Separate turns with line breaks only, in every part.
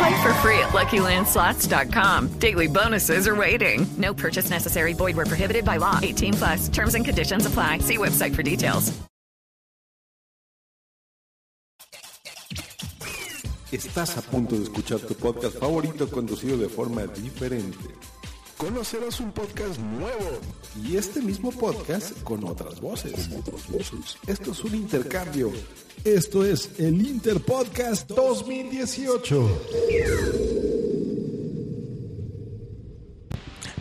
Play for free at LuckyLandSlots.com. Daily bonuses are waiting. No purchase necessary. Void were prohibited by law. 18 plus. Terms and conditions apply. See website for details.
Estás a punto de escuchar tu podcast favorito conducido de forma diferente. Conocerás un podcast nuevo y este mismo podcast con otras voces. Esto es un intercambio. Esto es el Interpodcast 2018.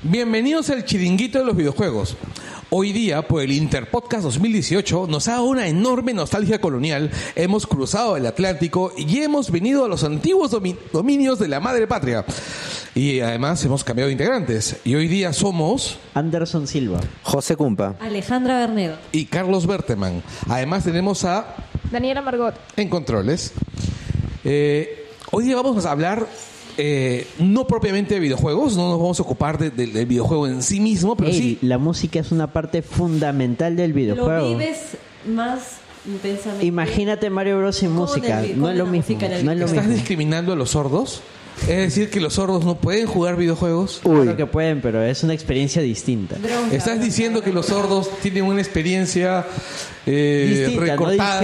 Bienvenidos al chiringuito de los videojuegos. Hoy día, por el Interpodcast 2018, nos ha dado una enorme nostalgia colonial. Hemos cruzado el Atlántico y hemos venido a los antiguos domi- dominios de la madre patria. Y además hemos cambiado de integrantes. Y hoy día somos...
Anderson Silva.
José Cumpa.
Alejandra Bernedo.
Y Carlos Berteman. Además tenemos a
Daniela Margot.
en controles. Eh, hoy día vamos a hablar eh, no propiamente de videojuegos, no nos vamos a ocupar de- de- del videojuego en sí mismo, pero
Ey,
sí.
La música es una parte fundamental del
Lo
videojuego.
vives más intensamente.
Imagínate Mario Bros sin
Con
música.
el-
no
con
es lo
la
mismo.
música en el
No es lo
¿Estás
mismo.
discriminando a los sordos? Es decir, que los sordos no pueden jugar videojuegos.
Claro que pueden, pero es una experiencia distinta.
¿Estás diciendo que los sordos tienen una experiencia eh,
Distinta, no
recortada?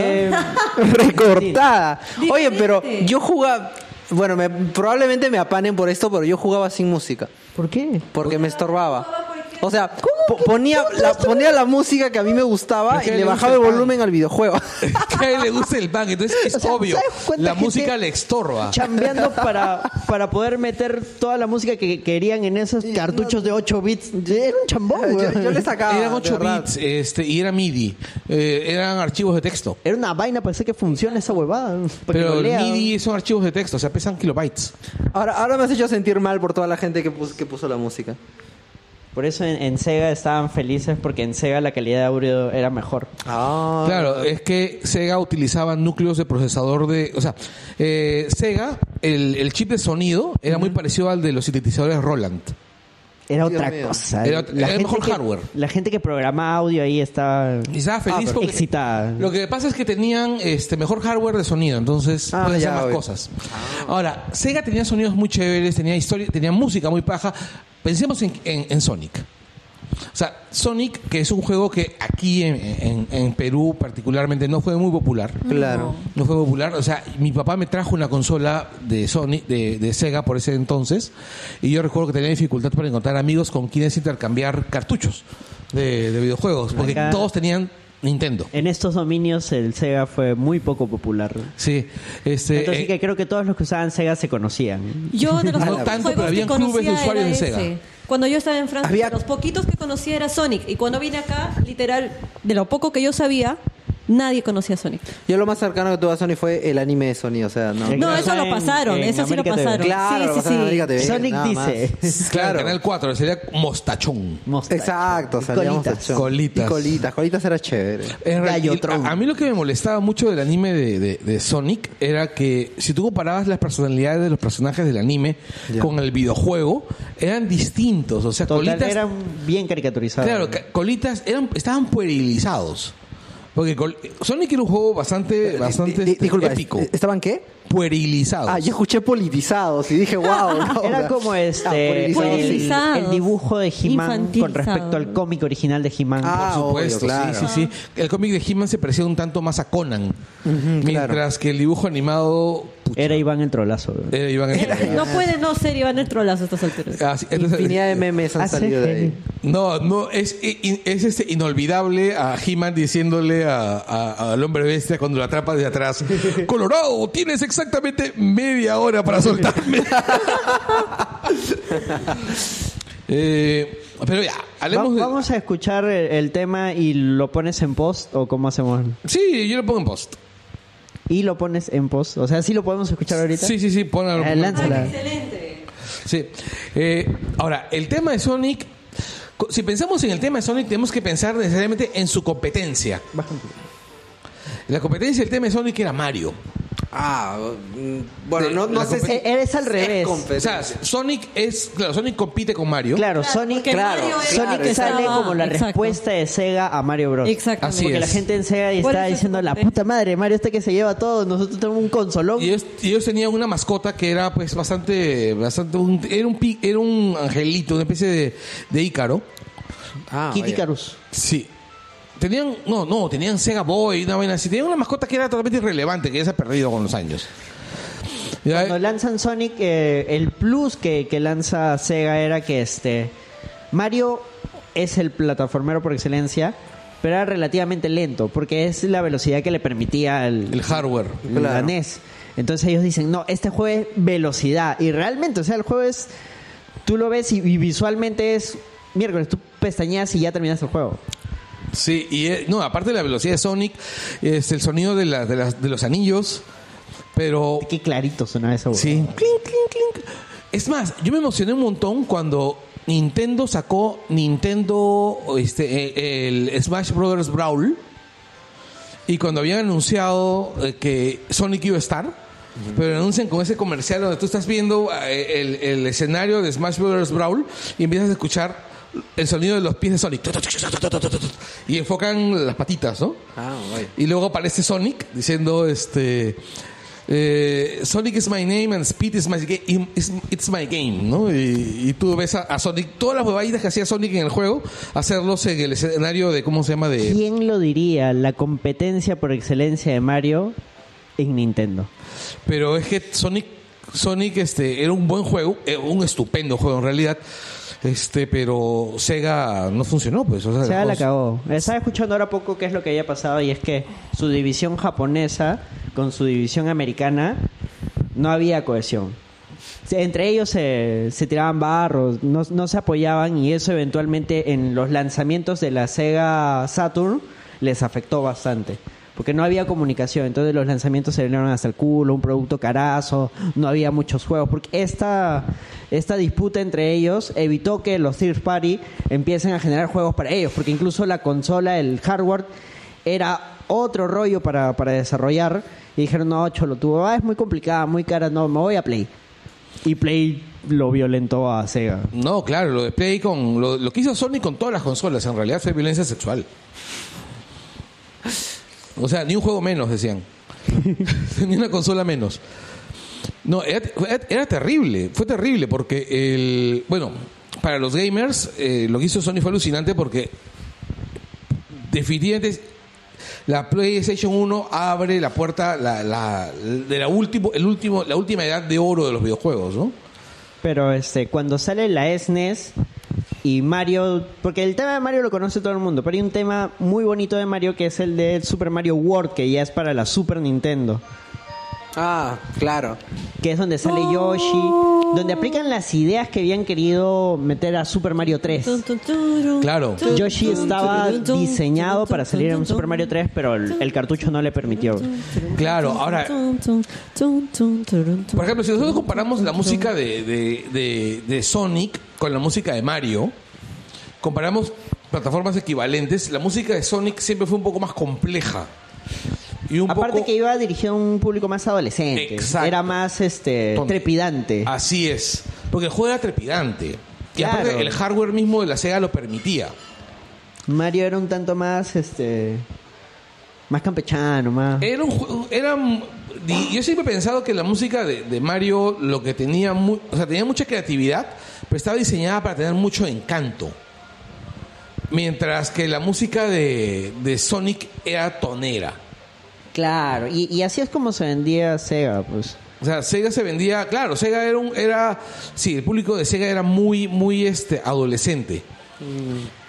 dije-
Recortada.
Diferente.
Oye, pero yo jugaba. Bueno, me- probablemente me apanen por esto, pero yo jugaba sin música.
¿Por qué?
Porque me estorbaba. O sea, po- ponía, la, ponía la música que a mí me gustaba
¿Pero
y
qué
le
le
bajaba el
gusta el
volumen al videojuego.
que a él le gusta el pan, entonces es
O sea,
obvio.
¿sabes cuánta
La
gente-
música le estorba.
Chambeando para, para poder meter toda la música que querían en esos cartuchos de 8 bits. Era un chambón,
Yo,
weón.
yo le sacaba.
Eran
de
8
verdad.
bits este, y era MIDI. Eh, eran archivos de texto.
Era una vaina para hacer que funcione esa huevada. para que
Pero
lo
el
lea.
MIDI son archivos de texto, o sea, pesan kilobytes.
Ahora, ahora me has hecho sentir mal por toda la gente que, pus- que puso la música.
Por eso en, en Sega estaban felices porque en Sega la calidad de audio era mejor.
Ah.
Claro, es que Sega utilizaba núcleos de procesador de... O sea, eh, Sega, el, el chip de sonido era muy parecido al de los sintetizadores Roland.
Era
Dios
otra
mío.
cosa.
Era- era mejor
que,
hardware.
La gente que programaba audio ahí estaba
Y estaba feliz porque-
excitada.
Lo que pasa es que tenían este mejor hardware de sonido, entonces
Ah,
pueden hacer
ya,
más
obvio.
cosas. Ahora, Sega tenía sonidos muy chéveres, tenía historia, tenía música muy paja. Pensemos en, en- en Sonic. O sea, Sonic, que es un juego que aquí en, en- en Perú particularmente no fue muy popular.
Claro.
No fue popular. O sea, mi papá me trajo una consola de Sony, de, de Sega por ese entonces. Y yo recuerdo que tenía dificultad para encontrar amigos con quienes intercambiar cartuchos de, de videojuegos. Porque
Acá-
todos tenían Nintendo.
En estos dominios el Sega fue muy poco popular.
Eh,
Sí. Este,
Entonces
eh,
que creo que todos los que usaban Sega se conocían.
Yo de los
No
pocos
tanto,
juegos
pero habían
que conocía
clubes de usuarios
era
de Sega.
ese. Cuando yo estaba en Francia,
Había-
de los poquitos que conocía era Sonic. Y cuando vine acá, literal, de lo poco que yo sabía, nadie conocía Sonic.
Yo lo más cercano que tuve a Sony fue el anime de Sony, o sea, no.
Sí,
No,
Claro.
eso lo
En-
pasaron,
en
eso sí lo
América TV.
pasaron.
Claro,
sí,
o sea, en
sí,
América
sí.
TV,
Sonic
nada más.
dice.
claro,
Claro.
Canal 4, sería mostachón.
Mostacho.
Exacto, salíamos de
Colitas.
chon.
Colitas.
Y colitas, colitas era chévere.
En realidad,
Gallotron.
ah,
a, a mí lo que me molestaba mucho del anime de, de- de Sonic era que si tú comparabas las personalidades de los personajes del anime
Ya.
con el videojuego, eran distintos. O sea,
Total,
Colitas.
eran bien caricaturizados.
Claro, ca- Colitas eran, estaban puerilizados. Porque Col- Sonic era un juego
Eh,
bastante, bastante
Di- di-
este,
disculpa,
épico.
¿est- ¿Estaban qué?
Puerilizados.
Ah, yo escuché politizados y dije, wow.
Era
ah,
como este el,
Politizados.
el dibujo de He-Man con
Infantilizados.
respecto al cómic original de He-Man.
Ah,
Por supuesto,
obvio, claro.
sí, sí, sí. El cómic de He-Man se parecía un tanto más a Conan. mientras que el dibujo animado pucha,
Era Iván el trolazo. weón.
era Iván el-
No puede no ser Iván el trolazo a estas alturas.
Ah, sí, entonces-
Infinidad de memes han
Hace
salido de
feliz.
ahí.
No, no, es, i- es este inolvidable a He-Man diciéndole a- a- al hombre bestia cuando lo atrapa de atrás: Colorado, tienes exactamente media hora para soltarme. Eh, pero ya, hablemos
Va-
de.
Vamos a escuchar el, el tema y lo pones en post o cómo hacemos.
Sí, yo lo pongo en post.
Y lo pones en post. O sea, sí lo podemos escuchar ahorita.
Sí, sí, sí, ponla-
Eh, lánzala.
Sí. Eh, ahora, el tema de Sonic. co- Si pensamos en el tema de Sonic, tenemos que pensar necesariamente en su competencia. La competencia del tema de Sonic era Mario.
Ah, mm, bueno, no, no
la
sé si.
compet-
Eres al revés.
O sea, Sonic es. Claro, Sonic compite con Mario.
Claro, Sonic,
porque
claro,
Mario era-
Sonic
claro,
sale
estaba-
como la
exacto.
respuesta de Sega a Mario Bros.
Exactamente. Así
Porque la
es.
gente en Sega
¿Cuál
está
es el
diciendo, la puta madre, Mario este que se lleva todo, nosotros tenemos un consolón.
Y ellos, y ellos tenían una mascota que era pues bastante, bastante un- era un pi- era un angelito, una especie de, de Ícaro. Ah,
Kid vaya. Icarus.
Sí. Tenían, no, no, tenían Sega Boy, una vaina así. Tenían una mascota que era totalmente irrelevante, que ya se ha perdido con los años.
Cuando lanzan Sonic, eh, el plus que, que lanza Sega era que este Mario es el plataformero por excelencia, pero era relativamente lento, porque es la velocidad que le permitía el,
hardware,
la
Claro.
NES. Entonces ellos dicen, no, este juego es velocidad. Y realmente, o sea, el juego es, tú lo ves y, y visualmente es, miércoles, tú pestañeas y ya terminas el juego.
Sí, y eh, no, aparte de la velocidad de Sonic, es el sonido de, la- de, las- de los anillos, pero...
Qué clarito suena eso.
Sí. Clink, clink, clink. Es más, yo me emocioné un montón cuando Nintendo sacó Nintendo, este, eh, el Smash Brothers Brawl, y cuando habían anunciado eh, que Sonic iba a estar, pero anuncian con ese comercial donde tú estás viendo eh, el, el escenario de Smash Brothers Brawl y empiezas a escuchar el sonido de los pies de Sonic. Y enfocan las patitas, ¿no?
Ah, vaya.
Y luego aparece Sonic diciendo este eh, Sonic is my name and Speed is my game, it's my game, ¿no? Y, y tú ves a, a Sonic todas las huevaditas que hacía Sonic en el juego hacerlos en el escenario de cómo se llama de
¿Quién lo diría? La competencia por excelencia de Mario en Nintendo.
pero es que Sonic Sonic este era un buen juego, eh, un estupendo juego en realidad. Este, pero Sega no funcionó, pues. o sea,
Sega la
los-
cagó. Estaba escuchando ahora poco qué es lo que había pasado y es que su división japonesa con su división americana no había cohesión. Se- Entre ellos se, se tiraban barros, no, no se apoyaban y eso eventualmente en los lanzamientos de la Sega Saturn les afectó bastante. Porque no había comunicación, entonces los lanzamientos se vinieron hasta el culo, un producto carazo, no había muchos juegos. Porque esta, esta disputa entre ellos evitó que los third party empiecen a generar juegos para ellos. Porque incluso la consola, el hardware, era otro rollo para, para desarrollar. Y dijeron, no, Cholo, tú, ah, es muy complicada, muy cara, no, me voy a Play. Y Play lo violentó a Sega.
No, claro, lo de Play con. Lo, lo que hizo Sony con todas las consolas, en realidad fue violencia sexual. O sea, ni un juego menos, decían. ni una consola menos. No, era, era- era terrible, fue terrible porque el. Bueno, para los gamers, eh, lo que hizo Sony fue alucinante porque. Definitivamente. La PlayStation 1 abre la puerta la- la- de la, último, el último, la última edad de oro de los videojuegos, ¿no?
Pero este, cuando sale la SNES y Mario, porque el tema de Mario lo conoce todo el mundo, pero hay un tema muy bonito de Mario que es el de Super Mario World, que ya es para la Super Nintendo.
Ah, claro.
que es donde sale Yoshi, donde aplican las ideas que habían querido meter a Super Mario 3.
Claro.
Yoshi estaba diseñado para salir en Super Mario 3, pero el, el cartucho no le permitió.
Claro, ahora Por ejemplo, si nosotros comparamos la música de, de- de- de Sonic con la música de Mario, comparamos plataformas equivalentes, la música de Sonic siempre fue un poco más compleja. Y un
Aparte
poco...
que iba dirigido a un público más adolescente,
Exacto.
era más este
Tonto. Ah.
trepidante.
Así es, porque el juego era trepidante. Y aparte
Claro.
el hardware mismo de la Sega lo permitía.
Mario era un tanto más este más campechano, más
Era un juego- era, di- yo siempre he pensado que la música de, de Mario lo que tenía, mu- o sea, tenía mucha creatividad, pero estaba diseñada para tener mucho encanto. Mientras que la música de, de Sonic era tonera.
claro, y, y así es como se vendía Sega, pues.
O sea, Sega se vendía, claro, Sega era un, era, sí, el público de Sega era muy, muy este, adolescente.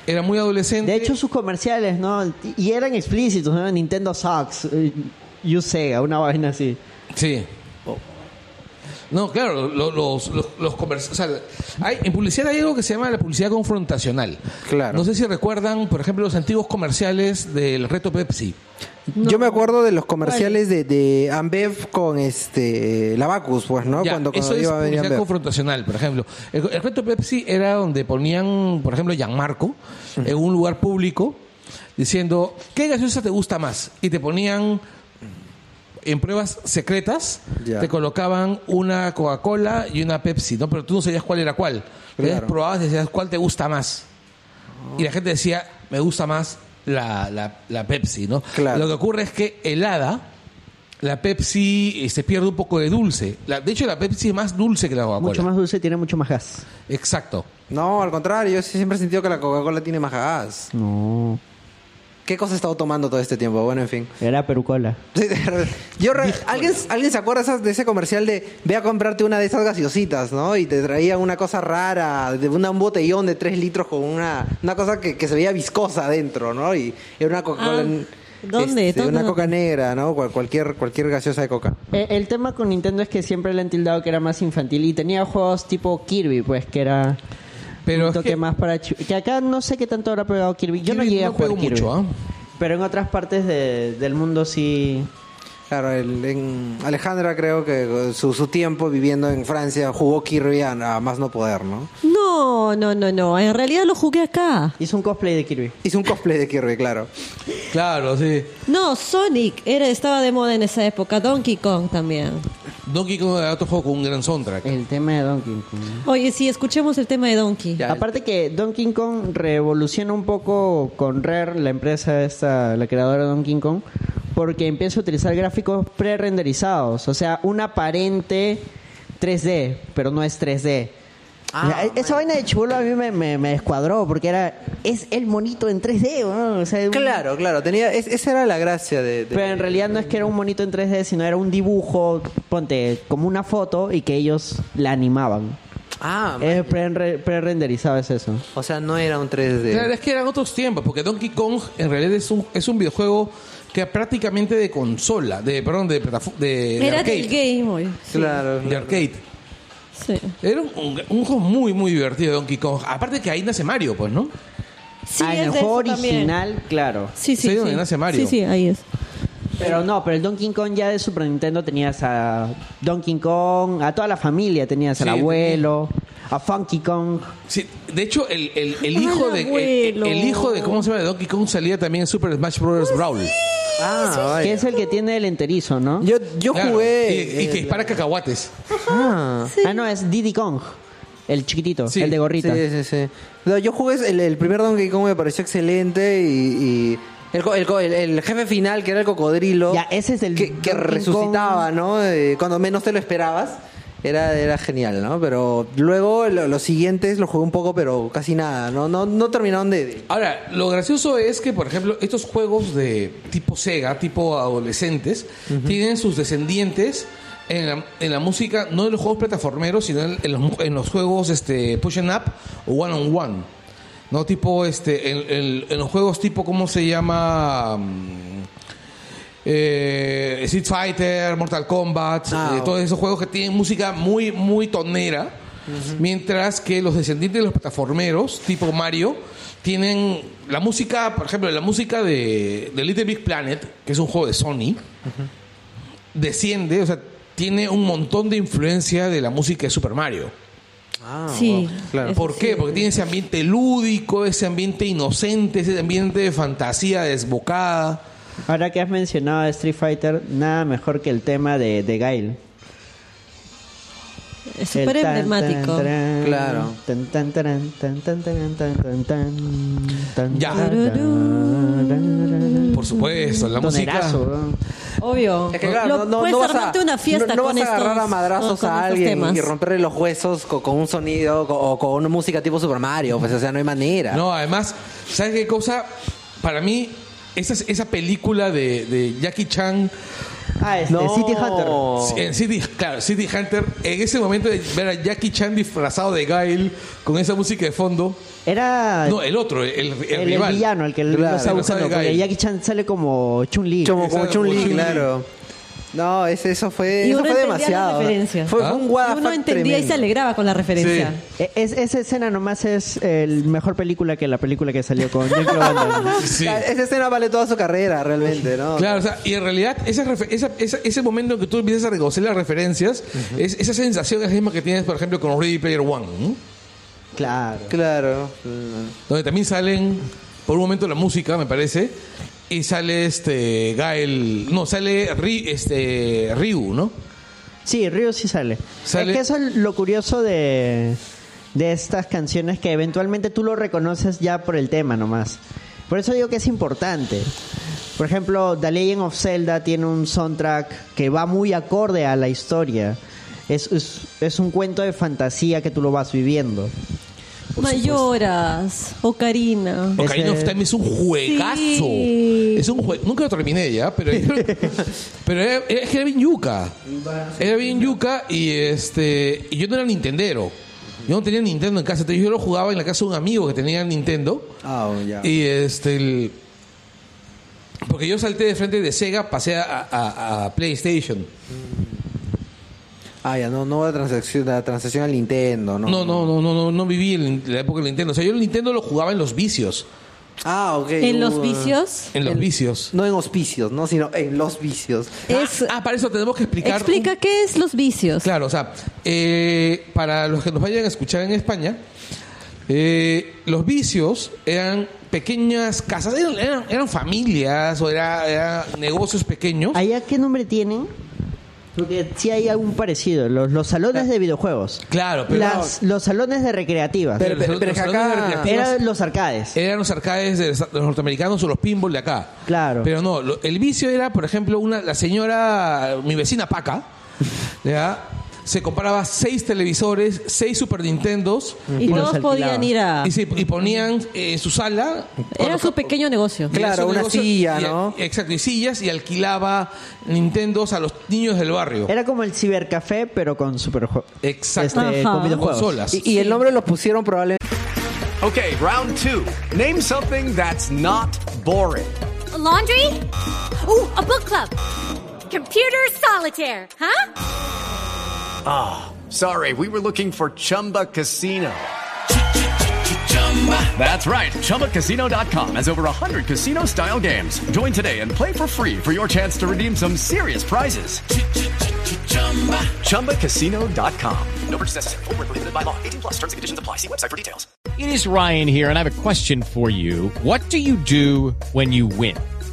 Era muy adolescente.
Mm. De hecho, sus comerciales, ¿no? Y eran explícitos, ¿no? Nintendo sucks, eh, you Sega, una vaina así.
Sí. No, claro, lo- los, los, los comerci- o sea, hay, en publicidad hay algo que se llama la publicidad confrontacional. Claro. No sé si recuerdan, por ejemplo, los antiguos comerciales del reto Pepsi.
Yo me acuerdo de los comerciales de, de Ambev con este Lavacus, pues, ¿no?
Ya,
cuando
eso
cuando
es
iba a venir
publicidad
Ambev.
confrontacional, por ejemplo. El, el reto Pepsi era donde ponían, por ejemplo, Gianmarco en un lugar público diciendo, ¿qué gaseosa te gusta más? Y te ponían en pruebas secretas,
Ya.
te colocaban una Coca-Cola y una Pepsi, ¿no? Pero tú no sabías cuál era cuál. Entonces
Claro.
probabas y decías, ¿cuál te gusta más? Y la gente decía, me gusta más la, la- la Pepsi, ¿no? Lo que ocurre es que helada, la Pepsi eh, se pierde un poco de dulce. La- de hecho, la Pepsi es más dulce que la
Mucho
Coca-Cola.
más dulce, tiene mucho más gas.
Exacto.
No, al contrario, yo sí siempre he sentido que la Coca-Cola tiene más gas.
No.
¿Qué cosa he estado tomando todo este tiempo? Bueno, en fin.
Era perucola.
Sí, de verdad. Yo re- ¿alguien, ¿Alguien se acuerda esas- de ese comercial de ve a comprarte una de esas gaseositas, ¿no? Y te traía una cosa rara, de una- un botellón de 3 litros con una, una cosa que, que se veía viscosa adentro, ¿no? Y era una Coca-Cola.
Ah,
en-
¿dónde?
este,
¿Dónde?
Una coca negra, ¿no? Cual- cualquier, cualquier gaseosa de coca.
Eh, el tema con Nintendo es que siempre le han tildado que era más infantil y tenía juegos tipo Kirby, pues que era
Pero
un toque más para chi- que acá no sé qué tanto habrá pegado Kirby. Yo no
Kirby
llegué
no
a jugar
pegó
Kirby.
mucho, ¿ah?
Pero en otras partes de- del mundo sí
Claro, el- en Alejandra creo que eh, su, su tiempo viviendo en Francia jugó Kirby a, a más no poder, ¿no?
No, no, no, no. En realidad lo jugué acá.
hizo un cosplay de Kirby.
Hizo un
¿eh?
cosplay de Kirby, claro.
Claro, sí.
No, Sonic era, estaba de moda en esa época. Donkey Kong también.
Donkey Kong era otro juego con un gran soundtrack.
El tema de Donkey Kong.
Oye, sí, escuchemos el tema de Donkey.
Aparte que Donkey Kong revoluciona un poco con Rare, la empresa esta, la creadora de Donkey Kong, porque empieza a utilizar gráficos pre-renderizados, o sea, un aparente 3D, pero no es 3D. O
Ah,
sea, e-, esa vaina de chibolo a mí me, me- me descuadró porque era es el monito en 3D, weón, o sea, un-
Claro, claro, tenía, es- esa era la gracia de... de-
pero en realidad no es que era un monito en 3D, sino era un dibujo, ponte como una foto y que ellos la animaban.
Ah,
Es pre- pre-renderizado es eso.
o sea, no era un 3D.
Claro, es que eran otros tiempos, porque Donkey Kong en realidad es un, es un videojuego que prácticamente de consola, de, perdón, de plataforma, de, de
era
arcade.
del Game Boy.
Claro.
De arcade.
Sí.
Era un, un- un juego muy, muy divertido Donkey Kong. Aparte que ahí nace Mario, pues, ¿no?
Sí,
Ah,
es
en el
de
juego
eso también.
original, claro.
Sí, sí.
Sí, donde
sí.
nace Mario.
Sí, sí, ahí es.
Pero no, pero el Donkey Kong ya de Super Nintendo tenías a Donkey Kong, a toda la familia, tenías
Sí,
al abuelo, a Funky Kong.
Sí, de hecho, el, el- el hijo
Al
de el,
abuelo.
el hijo de cómo se llama de Donkey Kong salía también en Super Smash Bros. Brawl.
Ah,
Que es el que tiene el enterizo, ¿no?
Yo, yo
Claro.
jugué... eh,
y, y que dispara cacahuates.
Ah,
Ah, no, es Diddy Kong, el chiquitito,
Sí.
el de gorrita.
sí, sí, sí. No, yo jugué el, el primer Donkey Kong, me pareció excelente y... y el, co- el co- el- el jefe final, que era el cocodrilo,
Ya, ese es el
que, que
Donkey
resucitaba, ¿no? Eh, cuando menos te lo esperabas, era, era genial, ¿no? Pero luego lo- los siguientes los jugué un poco, pero casi nada, ¿no? No, no terminaron de... de-
Ahora, lo gracioso es que, por ejemplo, estos juegos de tipo Sega, tipo adolescentes, tienen sus descendientes en la, en la música, no en los juegos plataformeros, sino en, en los, en los juegos este, push and up o one on one. No tipo, este, en, en- en los juegos tipo, ¿cómo se llama? Mm, eh, Street Fighter, Mortal Kombat,
Ah,
eh, todos esos juegos que tienen música muy, muy tonera. Mientras que los descendientes de los plataformeros, tipo Mario, tienen la música, por ejemplo, la música de, de Little Big Planet, que es un juego de Sony, desciende, o sea, tiene un montón de influencia de la música de Super Mario.
Ah,
Sí.
wow, claro.
Eso
¿Por qué?
sí.
Porque tiene ese ambiente lúdico, ese ambiente inocente, ese ambiente de fantasía desbocada.
Ahora que has mencionado a Street Fighter, nada mejor que el tema de, de Gail.
Es súper emblemático.
Claro.
Ya. Por supuesto, la música.
Obvio.
Es que claro,
Lo-
no, no,
puedes
no vas
armarte
a,
una fiesta
no- no
con
vas a
estos-
agarrar a madrazos
con
a
estos
alguien
temas.
y romperle los huesos co- con, un sonido co- o con una música tipo Super Mario, pues o sea, no hay manera.
No, además, ¿sabes qué cosa? Para mí, esa, esa película de, de Jackie Chan
Ah, este,
No.
City Hunter.
Oh.
Sí, En City, claro, City Hunter, en ese momento de ver a Jackie Chan disfrazado de Gail con esa música de fondo.
Era.
No, el otro, el, el
El, el
rival.
villano, el que lo
Claro.
está
Disfrazado de
buscando. Porque
Gail.
Eh, Jackie Chan sale como Chun-Li.
Como, como Chun-Li, claro. No, ese, eso fue,
Y
eso
uno
fue
entendía la
demasiado.
referencia.
Fue
¿Ah?
un what the
Y uno
fuck
entendía y se
tremendo.
alegraba con la referencia.
E- es- esa escena nomás es el mejor película que la película que salió con Jean Claude Van Damme.
Sí.
Esa escena vale toda su carrera, realmente, ¿no?
Claro, o sea, y en realidad esa refe- esa- esa- ese momento en que tú empiezas a reconocer las referencias, es, esa sensación es la misma que tienes, por ejemplo, con Ready Player One, ¿no?
Claro.
Claro.
donde también salen, por un momento, la música, me parece, y sale este Gael, no, sale Ri- este, Ryu, ¿no?
Sí, Río sí sale.
Sale-
Es que eso es lo curioso de, de estas canciones que eventualmente tú lo reconoces ya por el tema nomás. Por eso digo que es importante. Por ejemplo, The Legend of Zelda tiene un soundtrack que va muy acorde a la historia. Es, es, es un cuento de fantasía que tú lo vas viviendo.
Mayoras, Ocarina.
Ocarina of Time es un juegazo.
Sí.
Es un jue- Nunca lo terminé ya, pero, pero era, era- es que era bien yuca. Era bien yuca y este y yo no era nintendero. Yo no tenía Nintendo en casa, entonces yo lo jugaba en la casa de un amigo que tenía Nintendo.
Ah, ya.
Y este el- porque yo salté de frente de Sega, pasé a, a- a PlayStation.
Ah, ya, no, no va la transacción, la transacción al Nintendo, ¿no?
No, no, no, no, no, no viví el- la época del Nintendo. O sea, yo el Nintendo lo jugaba en los vicios.
Ah, ok.
¿En los
Uh,
vicios?
En los vicios.
No en hospicios, no, sino en los vicios.
Es-
Ah, para eso tenemos que explicar.
Explica qué es los vicios.
Claro, o sea, eh, para los que nos vayan a escuchar en España, eh, los vicios eran pequeñas casas, eran, eran- eran familias o era, era negocios pequeños.
¿Allá qué nombre tienen? Porque sí hay algún parecido. Los, los salones de videojuegos.
Claro, pero
Las- los salones de recreativas.
Pero- pero- pero es que acá-
Eran los arcades.
eran los arcades de los de los norteamericanos o los pinball de acá.
Claro.
Pero no, lo- el vicio era, por ejemplo, una, la señora, mi vecina Paca, ¿ya? se compraba seis televisores, seis Super Nintendos.
Y todos podían ir a...
Y, se- y ponían eh, en su sala
Era su pequeño negocio.
Tenía su negocio y- Exacto, y sillas y alquilaba Nintendos a los niños del barrio.
Era como el cibercafé, pero Este, con superjuegos.
Exacto.
Este,
Ajá.
con videojuegos.
Consolas.
Y, y el nombre lo pusieron probablemente.
Okay, round two. Name something that's not boring.
A laundry? Ooh, a book club. Computer solitaire, huh?
Ah, sorry, we were looking for Chumba Casino. That's right, ChumbaCasino.com has over 100 casino style games. Join today and play for free for your chance to redeem some serious prizes. ChumbaCasino.com. No purchase necessary, Void where prohibited by law, 18 plus terms and conditions apply. See website for details.
It is Ryan here, and I have a question for you. What do you do when you win?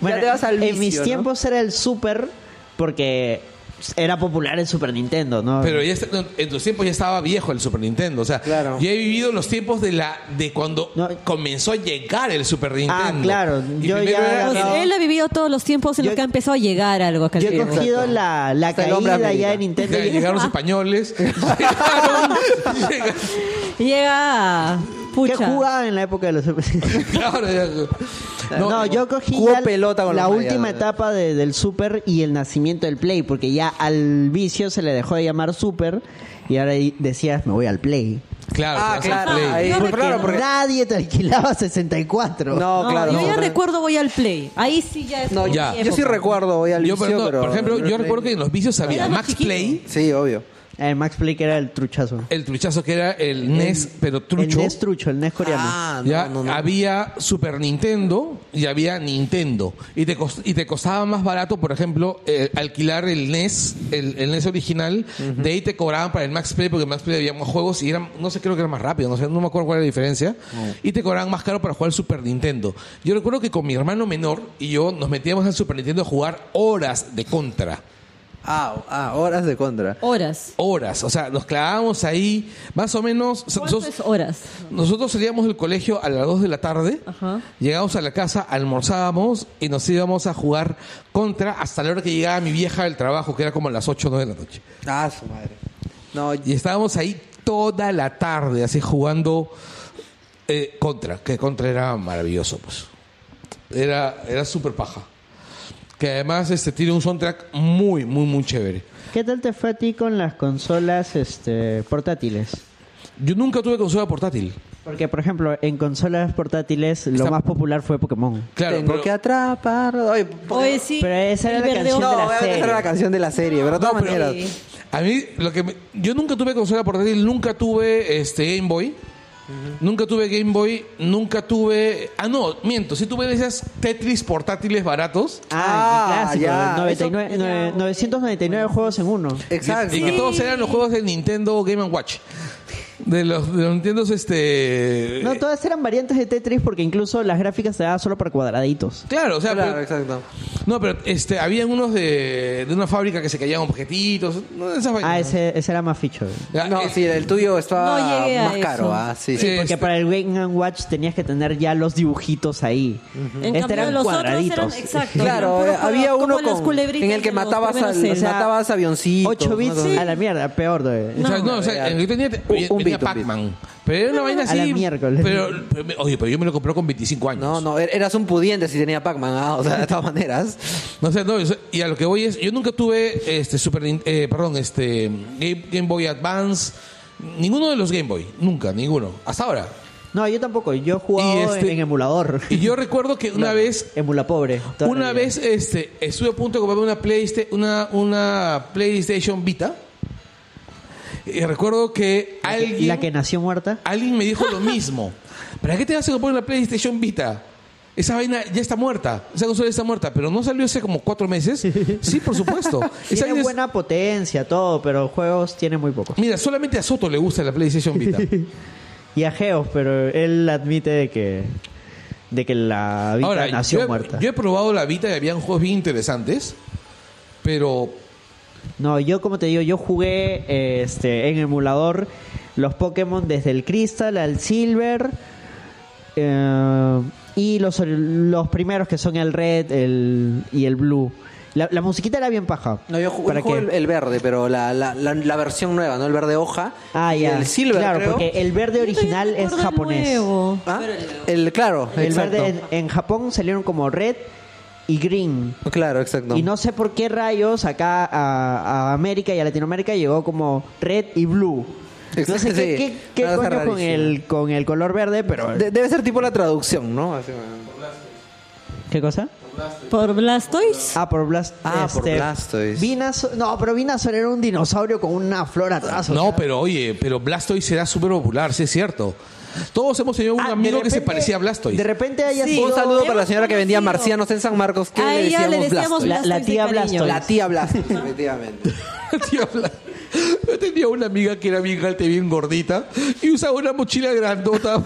Bueno,
ya te vas al vicio.
en mis
¿no?
tiempos era el super, porque era popular el Super Nintendo, ¿no?
Pero ya está- en tus tiempos ya estaba viejo el Super Nintendo. O sea, yo he vivido los tiempos de la de cuando comenzó a llegar el Super Nintendo.
Ah, claro,
Y
yo
primero
ya
era-
agarraba-
Él ha vivido todos los tiempos en los que ha empezado a llegar algo acá al
yo he
Perú.
cogido la, la
Hasta el hombre
caída ya de
América.
Nintendo.
Ya llegaron los españoles.
Llega.
¿Qué
Pucha.
jugaba en la época de los Super
Claro, ya-
No, yo cogí
Jugó
ya
pelota con
la
los
última
mayas, ¿no?
etapa de- del Super y el nacimiento del Play, porque ya al vicio se le dejó de llamar Super y ahora ahí decías, me voy al Play.
Claro,
Ah,
te vas al
claro,
Play.
ahí-
Porque
claro, porque-
nadie te alquilaba 64.
No,
No,
claro.
yo
no.
ya recuerdo voy al play. Ahí sí ya es.
No,
Ya.
yo sí recuerdo hoy al
Yo,
vicio,
pero no,
pero...
por ejemplo, yo recuerdo que en los vicios había
Era lo
Max
chiquito.
Play,
Sí, obvio.
El Eh, Max Play que era el truchazo.
El truchazo que era el NES, pero trucho.
El E NES trucho, el NES coreano.
Ah.
ya había Super Nintendo y había Nintendo. Y te, cost- y te costaba más barato, por ejemplo, eh, alquilar el NES, el, el NES original. De ahí te cobraban para el Max Play, porque el Max Play había más juegos y eran, no sé, creo que era más rápido, no sé, no me acuerdo cuál era la diferencia. Y te cobraban más caro para jugar el Super Nintendo. Yo recuerdo que con mi hermano menor y yo nos metíamos al Super Nintendo a jugar horas de contra.
Ah, ah, horas de contra.
Oh,
Horas.
Horas, o sea, nos clavábamos ahí más o menos. o sea, nosotros,
horas?
Nosotros salíamos del colegio a las 2 de la tarde,
Ajá.
llegábamos a la casa, almorzábamos y nos íbamos a jugar contra hasta la hora que llegaba mi vieja del trabajo, que era como a las 8 o 9 de la noche.
Ah, su madre.
y estábamos ahí toda la tarde, así jugando eh, contra, que contra era maravilloso, pues. Era, era súper paja. Que además este, tiene un soundtrack muy, muy, muy chévere.
¿Qué tal te fue a ti con las consolas este, portátiles?
Yo nunca tuve consola portátil.
Porque, por ejemplo, en consolas portátiles lo más popular fue Pokémon.
Claro,
Tengo
pero-
que atrapar. Oye,
Oye, sí.
Pero esa era
el
la canción
no,
de la
obviamente
serie.
era la canción de la serie, pero de todas maneras.
A mí, lo que me- yo nunca tuve consola portátil, nunca tuve este Game Boy. Nunca tuve Game Boy, nunca tuve. Ah, no, miento, sí tuve esas Tetris portátiles baratos.
Ah, el clásico, 99 nueve- 999 juegos en uno.
Y, que todos eran los juegos del Nintendo Game Watch. De los, de los Nintendos, este.
No, todas eran variantes de Tetris porque incluso las gráficas se daban solo para cuadraditos.
Claro, o sea, pero- No, pero este, habían unos de, de una fábrica que se caían objetitos. No, esas vainas. eh,
Ah, ese, ese era más ficho.
No, sí, el tuyo estaba
No llegué a
más
eso.
caro, ah, sí.
porque para el Game and Watch tenías que tener ya los dibujitos ahí. Este
cambio,
eran
los otros eran-
cuadraditos.
exacto,
Claro,
eran
eh,
puro
había
como
uno
las
con,
culebritas
en el que
de los
matabas,
primeros
al,
Zelda.
o sea, matabas avioncitos.
8 bits
¿no?
a la mierda, peor. de-
O sea, no, o sea, el que tenía
un
venía
bit, un
Pac-Man. Pero era una vaina
A la
así.
miércoles.
Pero, pero- oye, pero yo me lo compré con 25 años.
No, no, er- eras un pudiente si tenía Pac-Man, ah, o sea, de todas maneras.
No sé, no, o sea, y a lo que voy es, yo nunca tuve este Super Nin- eh, perdón, este Game, Game Boy Advance, ninguno de los Game Boy, nunca, ninguno, hasta ahora.
No, yo tampoco. Yo jugaba
Y este-
en emulador.
Y yo recuerdo que una vez
Emula pobre. toda la
una
vida.
vez este estuve a punto de comprarme una PlayStation una una PlayStation Vita. Y recuerdo que alguien
La que nació muerta.
alguien me dijo lo mismo. ¿Para qué te vas a comprar una PlayStation Vita? Esa vaina ya está muerta, esa consola ya está muerta, pero no salió hace como cuatro meses. Sí, por supuesto. Esa
Tiene
vaina es-
buena potencia, todo, pero juegos tiene muy pocos.
Mira, solamente a Soto le gusta la PlayStation Vita.
Y a Geos, pero él admite de que, de que la vida
Ahora,
nació
yo he,
muerta.
yo he probado la Vita y habían juegos bien interesantes, pero
No, yo como te digo, yo jugué eh, este, en emulador los Pokémon desde el Crystal al Silver eh, y los, los primeros que son el Red el, y el Blue. La, la musiquita era bien paja.
No, yo jugué,
¿Para
jugué
qué?
el, el verde, pero la, la, la, la versión nueva, ¿no? El verde hoja.
Ah,
y
ya.
el silver,
claro,
creo.
porque el verde original es japonés.
¿Ah? El claro, eh,
El
exacto.
verde en, en Japón salieron como red y green.
Claro, exacto.
Y no sé por qué rayos acá a, a América y a Latinoamérica llegó como red y blue. No sé qué,
Exacto, sí.
qué- qué
Una cosa
coño con
rarísima.
el, con el color verde, pero...
De- debe ser tipo la traducción, ¿no? Así,
¿Qué cosa?
¿Por Blastoise?
Ah, por Blast
Ah, por Blastoise.
Venusaur- no, pero Venusaur era un dinosaurio con una flor atrás. o
no,
sea.
pero oye, pero Blastoise será súper popular, sí es cierto. Todos hemos tenido un
Ah, de
amigo que se
repente-
parecía a Blastoise.
De repente haya
Sí.
sido...
Un saludo para la señora que vendía marcianos en San Marcos. que
A
le
ella
decíamos
le decíamos
Blastoise?
La- la
Blastoise de
tía
cariño.
Blastoise.
La tía Blastoise, efectivamente.
Tío, Bla- Yo tenía una amiga que era bien alta y bien gordita y usaba una mochila grandota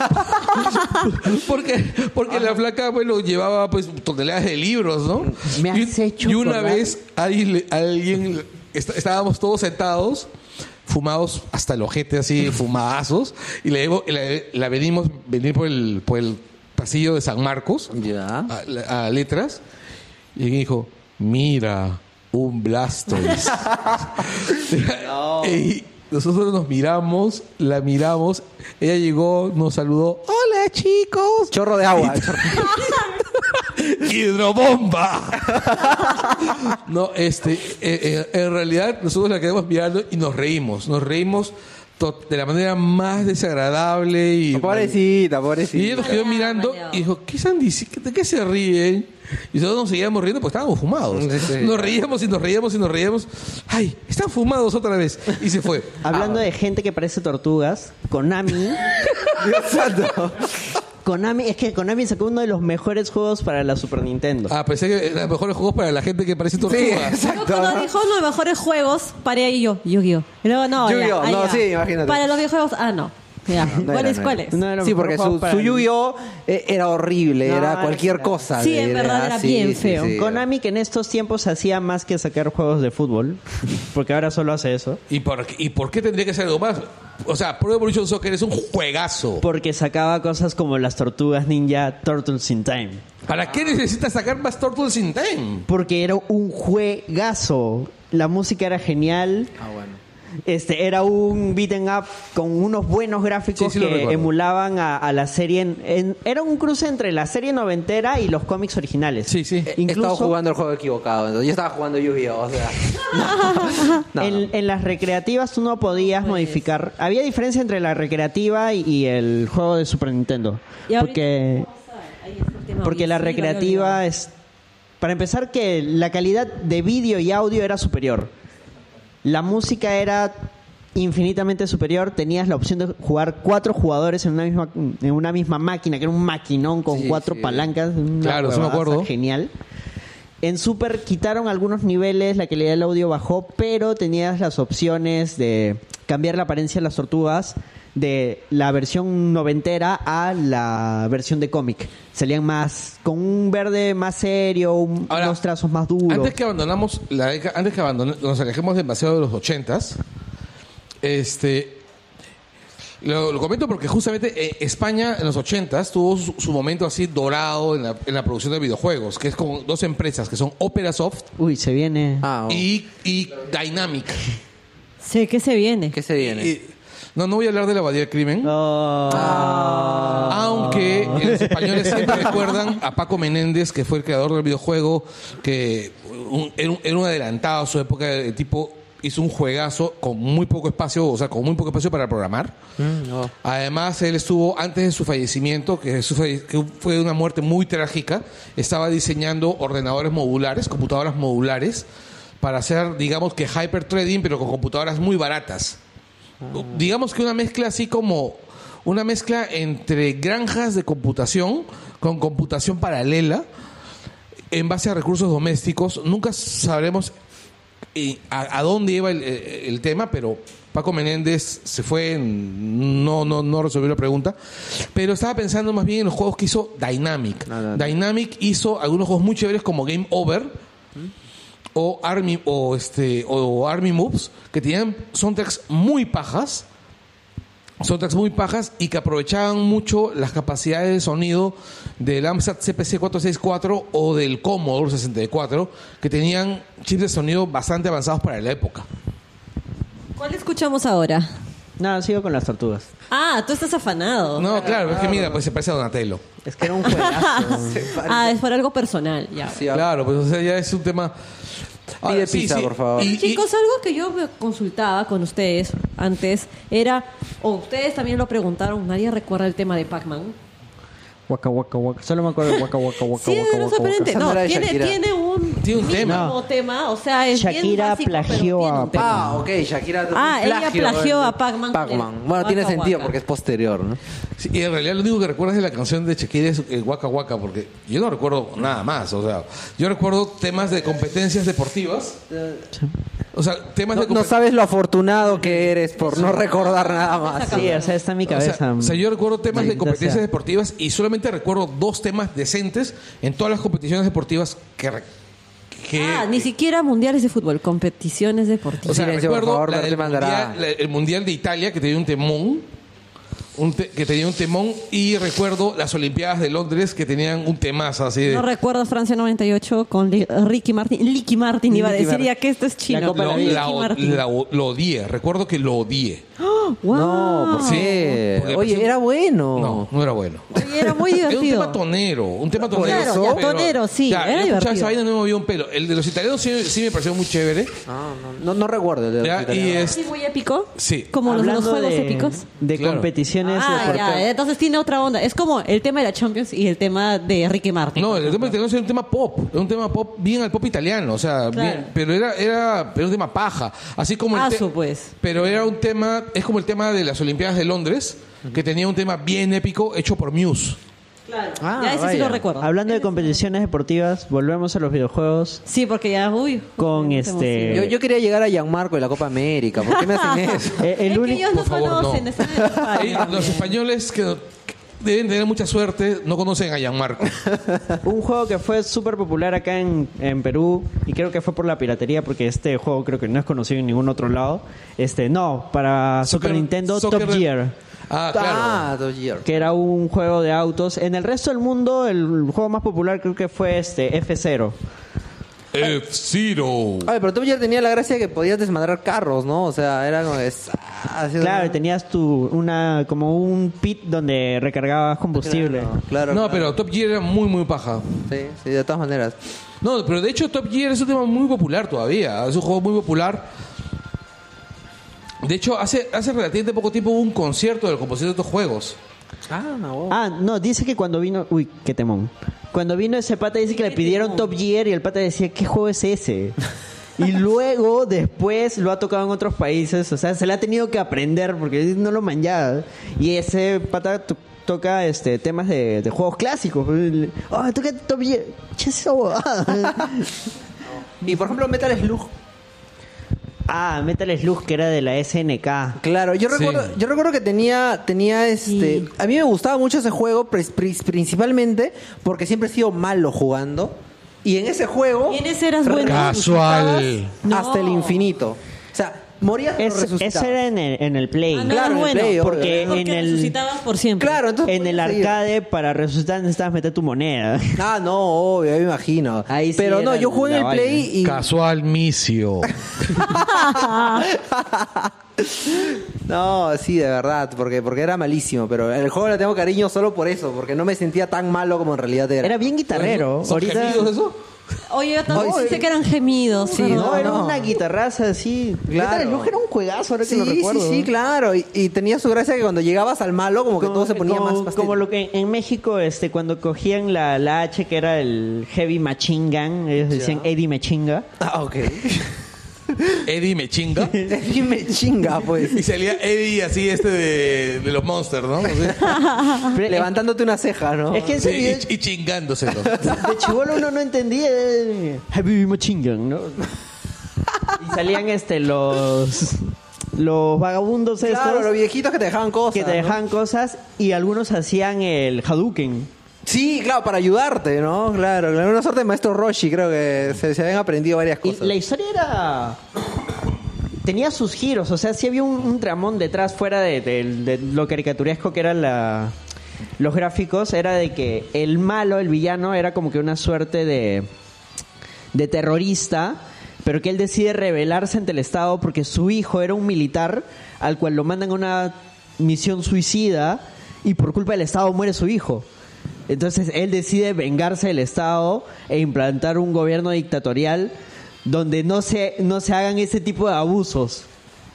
porque, porque la flaca bueno, llevaba pues toneladas de libros, ¿no?
Me
y,
has hecho
y una
acordar.
vez alguien, le- alguien le- est- estábamos todos sentados fumados hasta el ojete así fumadazos y le digo- la, la venimos venir por el por el pasillo de San Marcos a, la- a letras y alguien dijo mira un Blastoise Y nosotros nos miramos, la miramos, ella llegó, nos saludó. ¡Hola, chicos!
Chorro de agua.
¡Hidrobomba! no, este, eh, eh, en realidad nosotros la quedamos mirando y nos reímos. Nos reímos to- de la manera más desagradable y
pobrecita, pobrecita.
y ella nos quedó mirando y dijo ¿qué están diciendo? ¿de qué se ríen? y nosotros nos seguíamos riendo porque estábamos fumados
sí.
nos reíamos y nos reíamos y nos reíamos ay están fumados otra vez y se fue
Hablando de gente que parece tortugas, Konami. Dios santo. Konami, es que Konami sacó uno de los mejores juegos para la Super Nintendo.
ah pensé que eran mejores juegos para la gente que parece tortuga
Yo cuando dijo los mejores juegos, paré ahí yo, Yu-Gi-Oh. Y luego, no, ya,
Yu-Gi-Oh,
ahí
no,
ya.
sí, imagínate.
Para los videojuegos, ah, no. Ya.
No
¿Cuáles,
era, no era.
cuáles?
sí, porque su, su Yu-Gi-Oh eh, era horrible,
No,
era
era
cualquier
feo.
cosa.
Sí, en verdad
era bien feo.
eh.
Konami que en estos tiempos hacía más que sacar juegos de fútbol, porque ahora solo hace eso.
¿Y por, qué- ¿Y por qué tendría que ser algo más? O sea, Pro Evolution Soccer es un juegazo.
Porque sacaba cosas como las tortugas ninja Turtles in Time.
¿Para qué necesitas sacar más Turtles in Time?
Porque era un juegazo. La música era genial.
Ah,
Este, era un beaten up con unos buenos gráficos
Sí, sí lo
que
recuerdo.
emulaban a, a la serie. en- en- era un cruce entre la serie noventera y los cómics originales. Sí, sí.
Estaba jugando el juego equivocado, entonces yo estaba jugando Yu-Gi-Oh! O sea,
en, en las recreativas tú no podías
Pues.
modificar. Había diferencia entre la recreativa y, y el juego de Super Nintendo.
Y ahorita
Porque, porque la recreativa es. Para empezar, que la calidad de vídeo y audio era superior. La música era infinitamente superior. Tenías la opción de jugar cuatro jugadores en una misma, en una misma máquina, que era un maquinón con
Sí,
cuatro
sí.
palancas. una
Claro, sí me
huevada
acuerdo.
Genial. En Super quitaron algunos niveles, la calidad del audio bajó, pero tenías las opciones de cambiar la apariencia de las tortugas de la versión noventera a la versión de cómic. Salían más, con un verde más serio, un- unos trazos más duros.
Antes que abandonamos, la década- antes que abandone- nos alejemos demasiado de los ochentas, este, lo, lo comento porque justamente eh, España en los ochentas tuvo su, su momento así dorado en la, en la producción de videojuegos, que es con dos empresas, que Ah. son Opera Soft
Uy, se viene.
y, y Dynamic.
Sé que se viene.
¿Qué se viene?
no, no voy a hablar de la abadía del crimen. Aunque los españoles siempre recuerdan a Paco Menéndez, que fue el creador del videojuego, que un- era, un, era un adelantado a su época, el tipo hizo un juegazo con muy poco espacio, o sea, con muy poco espacio para programar. Además, él estuvo, antes de su fallecimiento, que, su falle- que fue una muerte muy trágica, estaba diseñando ordenadores modulares, computadoras modulares, para hacer, digamos que hyperthreading, pero con computadoras muy baratas. Digamos que una mezcla así como una mezcla entre granjas de computación con computación paralela en base a recursos domésticos. Nunca sabremos eh, a, a dónde iba el, eh, el tema, pero Paco Menéndez se fue, en- no, no, no resolvió la pregunta. Pero estaba pensando más bien en los juegos que hizo Dynamic. Dynamic hizo algunos juegos muy chéveres como Game Over o Army o este o Army Moves que tenían soundtracks muy pajas soundtracks muy pajas y que aprovechaban mucho las capacidades de sonido del Amstrad CPC 464 o del Commodore 64 que tenían chips de sonido bastante avanzados para la época
¿Cuál escuchamos ahora?
No, sigo con las tortugas.
Ah, tú estás afanado.
no claro es que
Ah.
mira pues se parece a Donatello
es que era un juegazo
ah, es por algo personal, ya.
claro pues o sea ya es un tema
ah.
Ahora,
Pide
sí,
pizza,
sí.
por favor.
Y- y-
Chicos, algo que yo me consultaba con ustedes antes era, o ustedes también lo preguntaron, nadie recuerda el tema de Pac-Man.
Waka, waka, waka. Solo me acuerdo de waka, waka, waka,
Sí,
waka,
no
waka,
sorprendente.
waka.
No, tiene, tiene un,
Tiene un
mínimo
tema.
tema, o sea, es bien
Shakira
básico, pero
plagió
tiene
a
un tema.
Pac-Man.
Ah, ok, Shakira.
Ah,
un
ella
plagio,
plagió
eh,
a Pac-Man.
Pac-Man. Bueno,
Waka,
tiene sentido
waka.
porque es posterior, ¿no?
Sí, y en realidad lo único que recuerdas de la canción de Shakira es el Waka Waka, porque yo no recuerdo nada más. O sea, yo recuerdo temas de competencias deportivas. O sea, temas
No, no
de competencias.
sabes lo afortunado que eres por no recordar nada más.
Sí, o sea, está en mi
O
cabeza.
sea, o sea, yo recuerdo temas de
maldita
competencias
sea.
deportivas y solamente recuerdo dos temas decentes en todas las competiciones deportivas que. re- que
Ah, ni siquiera mundiales de fútbol, competiciones deportivas.
o sea,
Silencio, por
recuerdo
favor,
la
Martín
del
Mandará.
mundial, la- el mundial de Italia que tenía un temón. un te- que tenía un temón y recuerdo las Olimpiadas de Londres que tenían un temazo así de
No recuerdo Francia 98 con Li- Ricky Martin. Licky Martin iba a
Licky
decir
Martin.
ya que esto es chino.
lo,
Ricky
la-
Martin.
la- lo odié, recuerdo que lo odié.
Ah.
No, ¿por
Eh,
qué?
Porque pues,
Oye, era bueno.
No, no era bueno.
Era muy divertido.
Era un tema tonero, un tema
Por
tonero.
eso.
pero-
Tonero, sí,
Ya,
era
yo escuchaba
divertido.
esa vaina y no me movió un pelo. El de los italianos sí, sí me pareció muy chévere.
Ah, no, no recuerdo el de los
Ya, y
italianos.
es-
¿Sí muy épico?
sí.
Como los de los
Hablando
juegos
de-
épicos.
De competiciones
Ah,
deportivas.
ya, entonces tiene otra onda. Es como el tema de la Champions y el tema de Ricky Martin.
No, el tema italiano era un tema pop, era un tema pop bien al pop italiano, o sea,
Claro.
bien- pero era era pero un tema paja, así como el
Ah,
te-
su, pues.
pero era un tema, es como el tema de las Olimpiadas de Londres, que tenía un tema bien épico hecho por Muse.
Ah,
ya ese sí lo recuerdo.
Hablando de competiciones deportivas, volvemos a los videojuegos
Sí, porque ya, uy.
con este.
Eh.
Yo, yo quería llegar a Gianmarco de la Copa América. ¿Por qué me hacen eso?
Eh, el único.
Ellos no
Por favor, no.
conocen, están en España.
Ahí los españoles que que deben tener mucha suerte no conocen a Gianmarco.
Ah, Un juego que fue súper popular acá en, en Perú y creo que fue por la piratería porque este juego creo que no es conocido en ningún otro lado. Este, no, para Super,
Soccer-
Nintendo
soccer-
Top Gear.
Ah, claro.
Que era un juego de autos. En el resto del mundo el juego más popular creo que fue este F0.
Eh, F-Zero.
Ay, pero tú ya tenía la gracia de que podías desmadrar carros, ¿no? O sea, era como... que, ah, así,
Claro, y
¿no?
tenías tu una como un pit donde recargabas combustible.
Claro,
No,
claro.
pero Top Gear era muy, muy paja.
Sí, sí, de todas maneras.
No, pero de hecho Top Gear es un tema muy popular todavía. Es un juego muy popular. De hecho, hace, hace relativamente poco tiempo hubo un concierto del compositor de estos juegos.
Ah, no.
Ah, no, dice que cuando vino, uy, qué temón. Cuando vino ese pata dice que le pidieron Top Gear y el pata decía, "¿Qué juego es ese?" Y luego, después, lo ha tocado en otros países. O sea, se le ha tenido que aprender porque no lo manjaba. Y ese pata to- toca este temas de, de juegos clásicos. Ah, toca Top Gear. Che, esa huevada.
Y por ejemplo, Metal Slug.
Ah, Metal Slug, que era de la SNK.
Claro, yo
Sí.
recuerdo, yo recuerdo que tenía, tenía este, a mí me gustaba mucho ese juego pres- pris- principalmente porque siempre he sido malo jugando y en ese juego
Y en ese eras bueno.
Casual.
No.
hasta el infinito, o sea, morías pero
Es- eso
resucitabas.
era en el, en el Play.
Ah, no
Claro,
eras
en el
bueno.
Play, obvio.
porque,
Porque
en el
resucitabas por siempre.
Claro, entonces
en el
podías seguir.
arcade para resucitar necesitabas meter tu moneda.
Ah, no, obvio, me imagino.
Ahí sí
pero no,
era
yo jugué en el
la
Play y
Casual misio.
no, sí, de verdad, porque porque era malísimo, pero el juego le tengo cariño solo por eso, porque no me sentía tan malo como en realidad era.
Era bien guitarrero.
¿Son
Ahorita
gemidos eso?
Oye, yo también
Ay,
pensé que eran gemidos.
Sí,
perdón.
no, era
no.
una guitarraza así.
Claro.
Metal Slug era un juegazo, ahora que
Sí,
lo
sí,
recuerdo. ¿eh?
sí, claro. Y, y tenía su gracia que cuando llegabas al malo, como que todo se ponía
como,
más pastel.
como lo que en México, este, cuando cogían la, la H que era el Heavy Machine Gun, ellos decían Eddie Machinga.
Ah, ok.
Eddie me chinga.
Y me chinga, pues.
Y salía Eddie así este de, de los monsters, ¿no? Así.
Levantándote una ceja, ¿no?
Es que ese
Sí,
video
y, y chingándoselo.
de chivolo uno no entendía. eh, Heavy Machine Gun, ¿no? Y salían este los los vagabundos estos
Claro, los viejitos que te dejaban cosas.
que te
¿no?
dejaban cosas y algunos hacían el Hadouken.
Sí, claro, para ayudarte, ¿no? Claro, claro. Una suerte de maestro Roshi, creo que se, se habían aprendido varias
Y
cosas.
la historia era. Tenía sus giros, o sea, sí había un, un tramón detrás, fuera de, de- de lo caricaturesco que eran la, los gráficos, era de que el malo, el villano, era como que una suerte de, de terrorista, pero que él decide rebelarse ante el Estado porque su hijo era un militar al cual lo mandan a una misión suicida y por culpa del Estado muere su hijo. Entonces él decide vengarse del Estado e implantar un gobierno dictatorial donde no se, no se hagan ese tipo de abusos.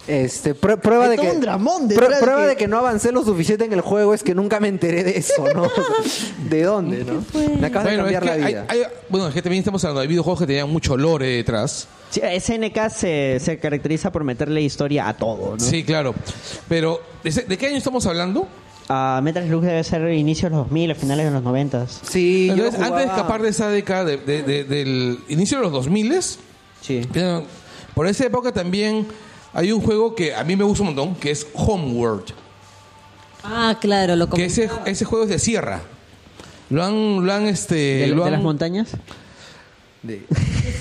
Este, prue- prueba
Hay
de
todo
que.
un dramón
prue-
detrás de
prueba
que-
de que no avancé lo suficiente en el juego es que nunca me enteré de eso, ¿no? O sea, ¿De dónde, no? Me acabas de
es
cambiar
que
la
hay-
vida.
hay- bueno, es que también estamos hablando de videojuegos que tenían mucho lore detrás.
Sí, SNK se, se caracteriza por meterle historia a todo, ¿no?
Sí, claro. Pero, ¿de ese- ¿de qué año estamos hablando?
Ah, Metal Slug debe ser inicios de los 2000, a finales de los 90.
Sí, yo
Entonces, antes de
jugaba-
escapar de esa década de- de- de- del inicio de los 2000,
Sí.
eh, por esa época también hay un juego que a mí me gusta un montón, que es Homeworld.
Ah, claro, lo
Que ese,
comentaba.
ese juego es de sierra. Lo han, lo han, este...
¿De,
lo
de
han-
las montañas?
Sí,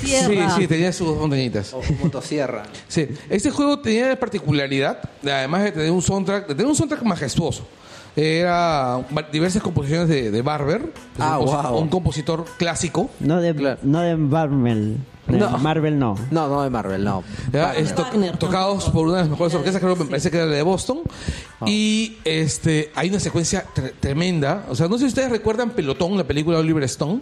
Sierra.
sí, tenía sus montañitas.
O motosierra.
Sí, este juego tenía la particularidad, de, además de tener un soundtrack, de tener un soundtrack majestuoso. Era va- diversas composiciones de, de Barber, que es
Ah,
un, compo-
wow.
un compositor clásico.
No de, no de Barmel. De Marvel no.
No, no de Marvel, no.
Ya, es to- tocados por una de las mejores orquestas, creo que me parece que era la de Boston. Y este hay una secuencia tre- tremenda. O sea, no sé si ustedes recuerdan Pelotón, la película de Oliver Stone.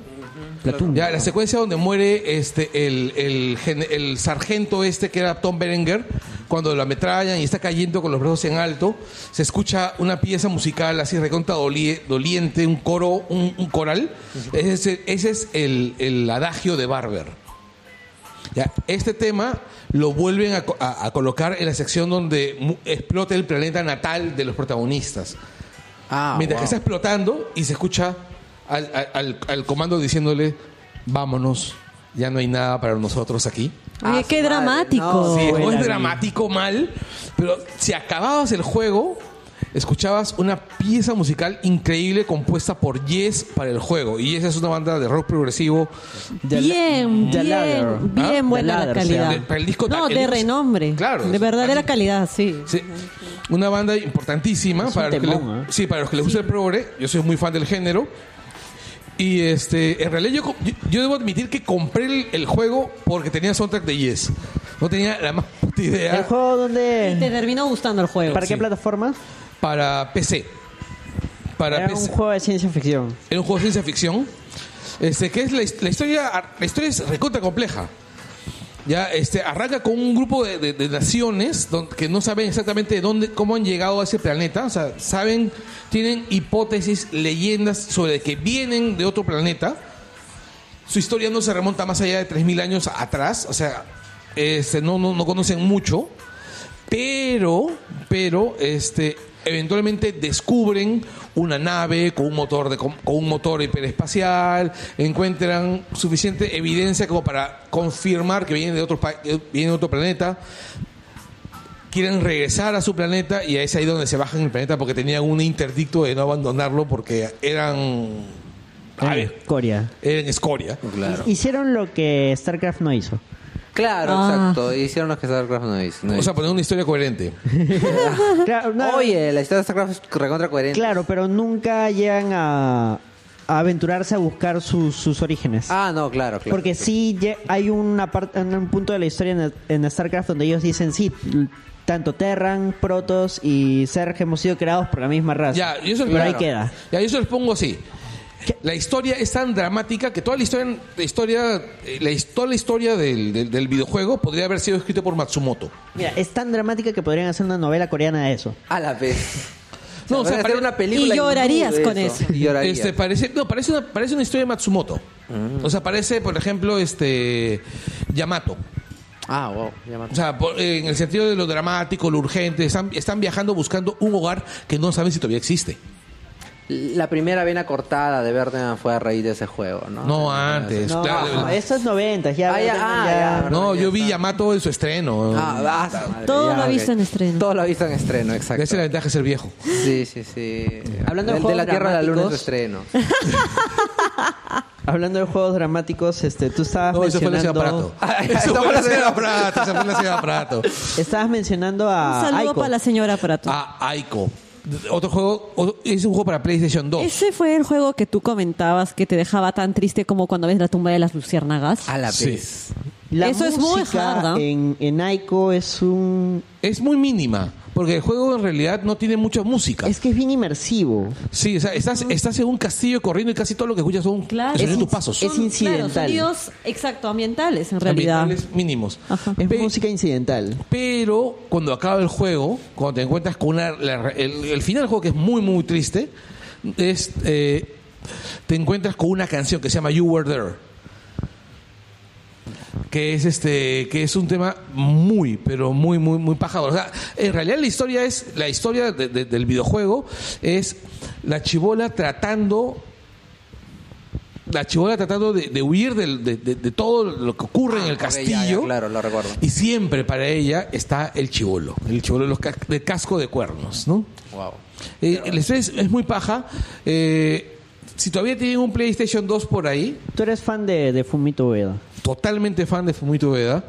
Ya, la secuencia donde muere este el, el, gen- el sargento este que era Tom Berenger, cuando lo ametrallan y está cayendo con los brazos en alto, se escucha una pieza musical así recontra dolie- doliente, un coro, un, un coral. Ese, es el- ese es el, el adagio de Barber. Ya, este tema lo vuelven a, co- a- a colocar en la sección donde mu- explota el planeta natal de los protagonistas. Mientras que
wow.
está explotando y se escucha al, al- al- al comando diciéndole, vámonos, ya no hay nada para nosotros aquí.
Oye, qué dramático.
Sí, o es dramático mal, pero si acababas el juego, escuchabas una pieza musical increíble compuesta por Yes para el juego. Y Yes es una banda de rock progresivo.
Bien,
The Ladder.
bien, bien
¿Ah?
buena la
The Ladder,
calidad.
sí. De- para el disco-
no,
el
de
disco-
renombre.
Claro. Ah,
De verdadera calidad, sí.
Sí. Una banda importantísima para los, que
temón,
¿eh?
les, sí, para los que les gusta el progre. Yo soy muy fan del género. Y este, en realidad yo, co- yo, yo debo admitir que compré el, el juego porque tenía soundtrack de Yes. No tenía la más puta idea.
¿El juego dónde?
Te terminó gustando el juego.
¿Para qué plataforma?
Para PC. Para
Era un
PC.
juego de ciencia ficción.
Era un juego de ciencia ficción. Este, que es la, his- la historia. La historia es recontra compleja. Ya, este, arranca con un grupo de, de- de naciones don- que no saben exactamente dónde, cómo han llegado a ese planeta. O sea, saben, tienen hipótesis, leyendas sobre que vienen de otro planeta. Su historia no se remonta más allá de 3.000 años atrás. O sea, este, no, no, no conocen mucho. Pero, pero, este, eventualmente descubren una nave con un motor de, con, con un motor hiperespacial, encuentran suficiente evidencia como para confirmar que vienen de otro pa- eh, vienen de otro planeta. Quieren regresar a su planeta y es ahí donde se bajan el planeta porque tenían un interdicto de no abandonarlo porque eran a ver,
Corea.
eran escoria.
Hicieron lo que StarCraft no hizo.
Claro,
Ah.
exacto. Hicieron los que StarCraft no hizo.
O sea, poner una historia coherente.
Claro, no-
Oye, la historia de StarCraft es recontra coherente.
Claro, pero nunca llegan a, a aventurarse a buscar sus, sus orígenes.
Ah, no, claro, claro.
Porque sí lle- hay una parte, en un punto de la historia en, en StarCraft donde ellos dicen sí, l- tanto Terran, Protoss y Zerg hemos sido creados por la misma raza.
Ya, yo se
pero
lo-
ahí
claro.
queda.
Ya, yo se los pongo así. La historia es tan dramática que toda la historia, la historia, eh, la, his- toda la historia del, del- del videojuego podría haber sido escrito por Matsumoto.
Mira, es tan dramática que podrían hacer una novela coreana de eso.
A la vez.
No,
van a hacer
pare-
una película Y llorarías hindú de con eso. eso. Y llorarías.
Este, parece, no, parece una, parece una historia de Matsumoto. O sea, parece, por ejemplo, este Yamato.
Ah, wow.
O sea, por- eh, en el sentido de lo dramático, lo urgente, están, están viajando buscando un hogar que no saben si todavía existe.
La primera vena cortada de Birdman fue a raíz de ese juego, Ah, ¿no?
No, antes.
No,
claro.
eso es 90, ya.
Ah, ya,
ya-
ah, ya.
No, yo vi Yamato en su estreno.
Ah, ah, su madre,
Todo
ya,
lo
ok.
visto en estreno.
Todo lo visto en estreno, exacto.
Esa es la ventaja de ser viejo.
Sí, sí, sí.
Hablando de
Del- de, la
juegos
Tierra a la Luna es
dramáticos.
su estreno.
Hablando de juegos dramáticos, este, tú estabas
No, eso fue la
mencionando...
señora Prato. Eso fue la señora Prato. Eso fue la señora Prato.
Estabas mencionando
Un
a.
saludo
Ah, Aiko.
para la señora Prato.
A Ah, Aiko. Otro juego, otro- es un juego para PlayStation 2.
Ese fue el juego que tú comentabas que te dejaba tan triste como cuando ves la tumba de las luciérnagas.
Ah,
A la
vez.
La
Eso es muy
música
hard, ¿no?
En, en Aiko es un.
Es muy mínima, porque el juego en realidad no tiene mucha música.
Es que es bien inmersivo.
Sí, o sea, estás, estás en un castillo corriendo y casi todo lo que escuchas son
Claro.
el sonido de
Es
tus pasos.
Son, Claro, sonidos, exacto, ambientales en realidad.
Ambientales mínimos.
Es música incidental.
Pero cuando acaba el juego, cuando te encuentras con una, la- el, el final del juego que es muy, muy triste, es, eh, te encuentras con una canción que se llama You Were There. Que es este, que es un tema muy, pero muy, muy, muy pajador. O sea, en realidad la historia es, la historia de- de- del videojuego es la chibola tratando la chibola tratando de, de huir del- de, de- de todo lo que ocurre en el
Ok, ya,
castillo.
Ah, ya, claro, lo recuerdo.
Y siempre para ella está el chivolo, el chivolo de los ca- de casco de cuernos, ¿no?
Wow.
Eh, el estrés es muy paja. Eh, si todavía tienen un PlayStation 2 por ahí,
Tú eres fan de, de Fumito Ueda.
totalmente fan de Fumito Ueda.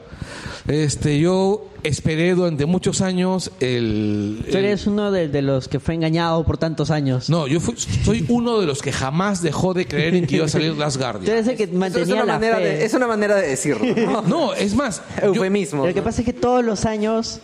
Este, yo esperé durante muchos años el...
Tú eres uno de, de los que fue engañado por tantos años.
No, yo fui- soy uno de los que jamás dejó de creer en que iba a salir Last Guardian.
Tú eres el que mantenía
es una
la
manera
fe.
de- es una manera de decirlo. ¿no?
No, es más.
Eufemismo.
Lo que pasa es que todos los años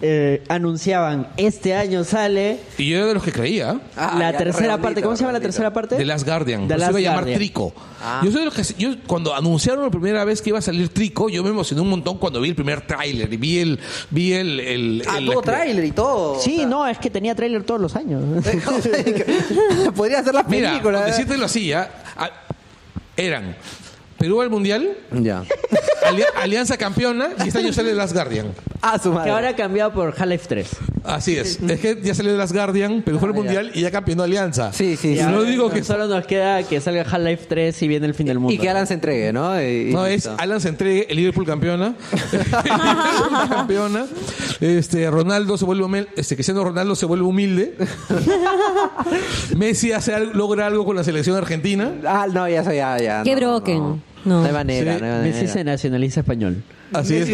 eh, anunciaban, este año sale
Y yo era de los que creía.
Ah,
la tercera parte. ¿Cómo se llama la tercera parte?
De Last Guardian.
The
Por eso
Last
iba a llamar
Guardian.
Trico.
Ah.
Yo soy de los que- yo- cuando anunciaron la primera vez que iba a salir Trico, yo me emocioné un montón cuando vi el primer tráiler y vi el, vi el, el-
Ah,
el- la-
y todo.
Sí, no, es que tenía tráiler todos los años.
Podría hacer la
Mira,
película. ¿eh?
con decírtelo así, ya, a- eran Perú al mundial,
ya.
Alianza campeona y este año sale Last Guardian.
Ah, su
Que
madre.
ahora ha cambiado por Half-Life 3.
Así es. Es que ya salió Last Guardian, Perú fue al mundial y Ah, ya campeonó Alianza. Sí, sí.
Ya,
no digo que
Solo nos queda que salga Half-Life 3 y viene el fin del mundo.
Y que Alan se entregue, ¿no? Y-
No,
y
es
listo.
Alan se entregue, el Liverpool campeona. El Liverpool campeona. Este, Ronaldo se vuelve humilde. Este, Cristiano Ronaldo se vuelve humilde. Messi hace algo- logra algo con la selección argentina.
Ah, no, ya, ya, ya.
Qué
no,
broken.
No hay manera,
Sí,
no hay manera.
Messi se nacionaliza español.
Así es.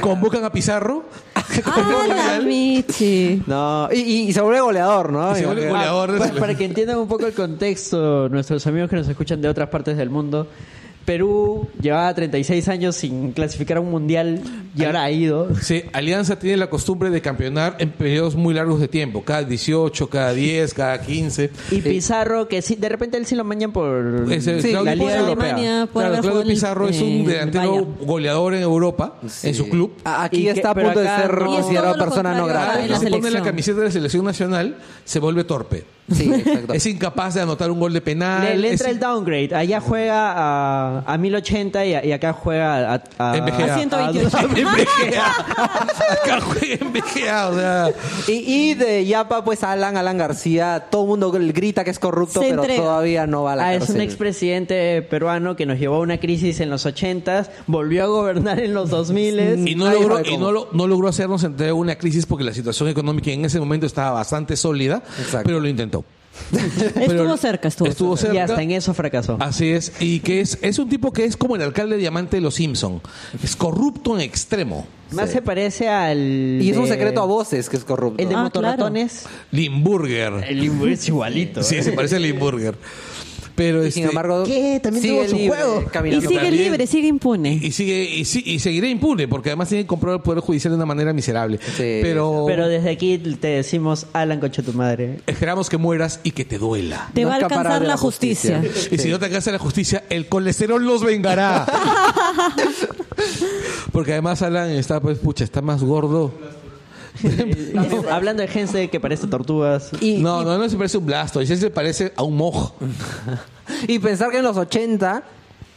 Convocan a Pizarro.
Ah, la Michi.
No, y, y- y se vuelve goleador, ¿no?
Y se vuelve
Imagínate.
goleador.
Para, Pues, para que entiendan un poco el contexto, nuestros amigos que nos escuchan de otras partes del mundo, Perú llevaba 36 años sin clasificar a un mundial y ahora ha ido.
Sí, Alianza tiene la costumbre de campeonar en periodos muy largos de tiempo. Cada 18, cada 10, cada 15.
Y Pizarro, que sí, de repente él sí lo mañan por
Es el Claudio
la Liga
Pizarro.
Europea.
Alemania puede
Claro,
haber
Claudio
jugado en el-
Pizarro es
en
un
el
delantero
Bayern.
goleador en Europa, en su club.
A-
Y
Aquí
que-
está a
pero
punto de
acá
ser
no. Y es
considerado
todo lo
persona no
contrario,
grata.
en la
se pone la
selección.
camiseta de la selección nacional, se vuelve torpe.
Sí, exacto.
Es incapaz de anotar un gol de penal.
Le, le
es
entra el downgrade. Allá juega a, a 1080 y, a- y acá juega a, a,
En BGA.
a-
A
128.
a-
En BGA. Acá juega en BGA, o sea.
Y, y de Yapa, pues Alan, Alan García, todo el mundo grita que es corrupto,
Se
pero
entrega.
todavía no va a la
Ah, es
cárcel.
un expresidente peruano que nos llevó a una crisis en los 80s, volvió a gobernar en los 2000s.
Y, no
Nadie
logró,
sabe
y
cómo.
no, lo- no logró hacernos entrar en una crisis porque la situación económica en ese momento estaba bastante sólida, pero lo intentó.
Estuvo cerca, estuvo,
Estuvo
Y
cerca.
hasta en eso fracasó.
Así es, y que es, es un tipo que es como el alcalde diamante de los Simpson. Es corrupto en extremo.
Más se parece al.
Y es un
de-
secreto a voces que es corrupto.
El de
Ah,
motorratones.
Limburger.
El Limbo es igualito.
Sí, se parece a Limburger. Pero
Y sin
este-
embargo,
¿Qué? También
sigue
tuvo su
libre,
juego.
Y
caminando.
sigue
también.
libre, sigue impune.
y sigue y, si- y seguirá impune porque además tiene que comprar el poder judicial de una manera miserable.
Sí.
pero,
Pero desde aquí te decimos, Alan, concha tu madre.
esperamos que mueras y que te duela.
Te va a
Nunca para
alcanzar
de
la
la justicia.
justicia.
Y si no te alcanza la justicia, el colesterol los vengará. Porque además Alan está, pues, pucha, está más gordo.
Hablando de gente que parece tortugas.
no, no, no se parece a un blasto, ese se parece a un moj.
Mm. Y pensar que en los 80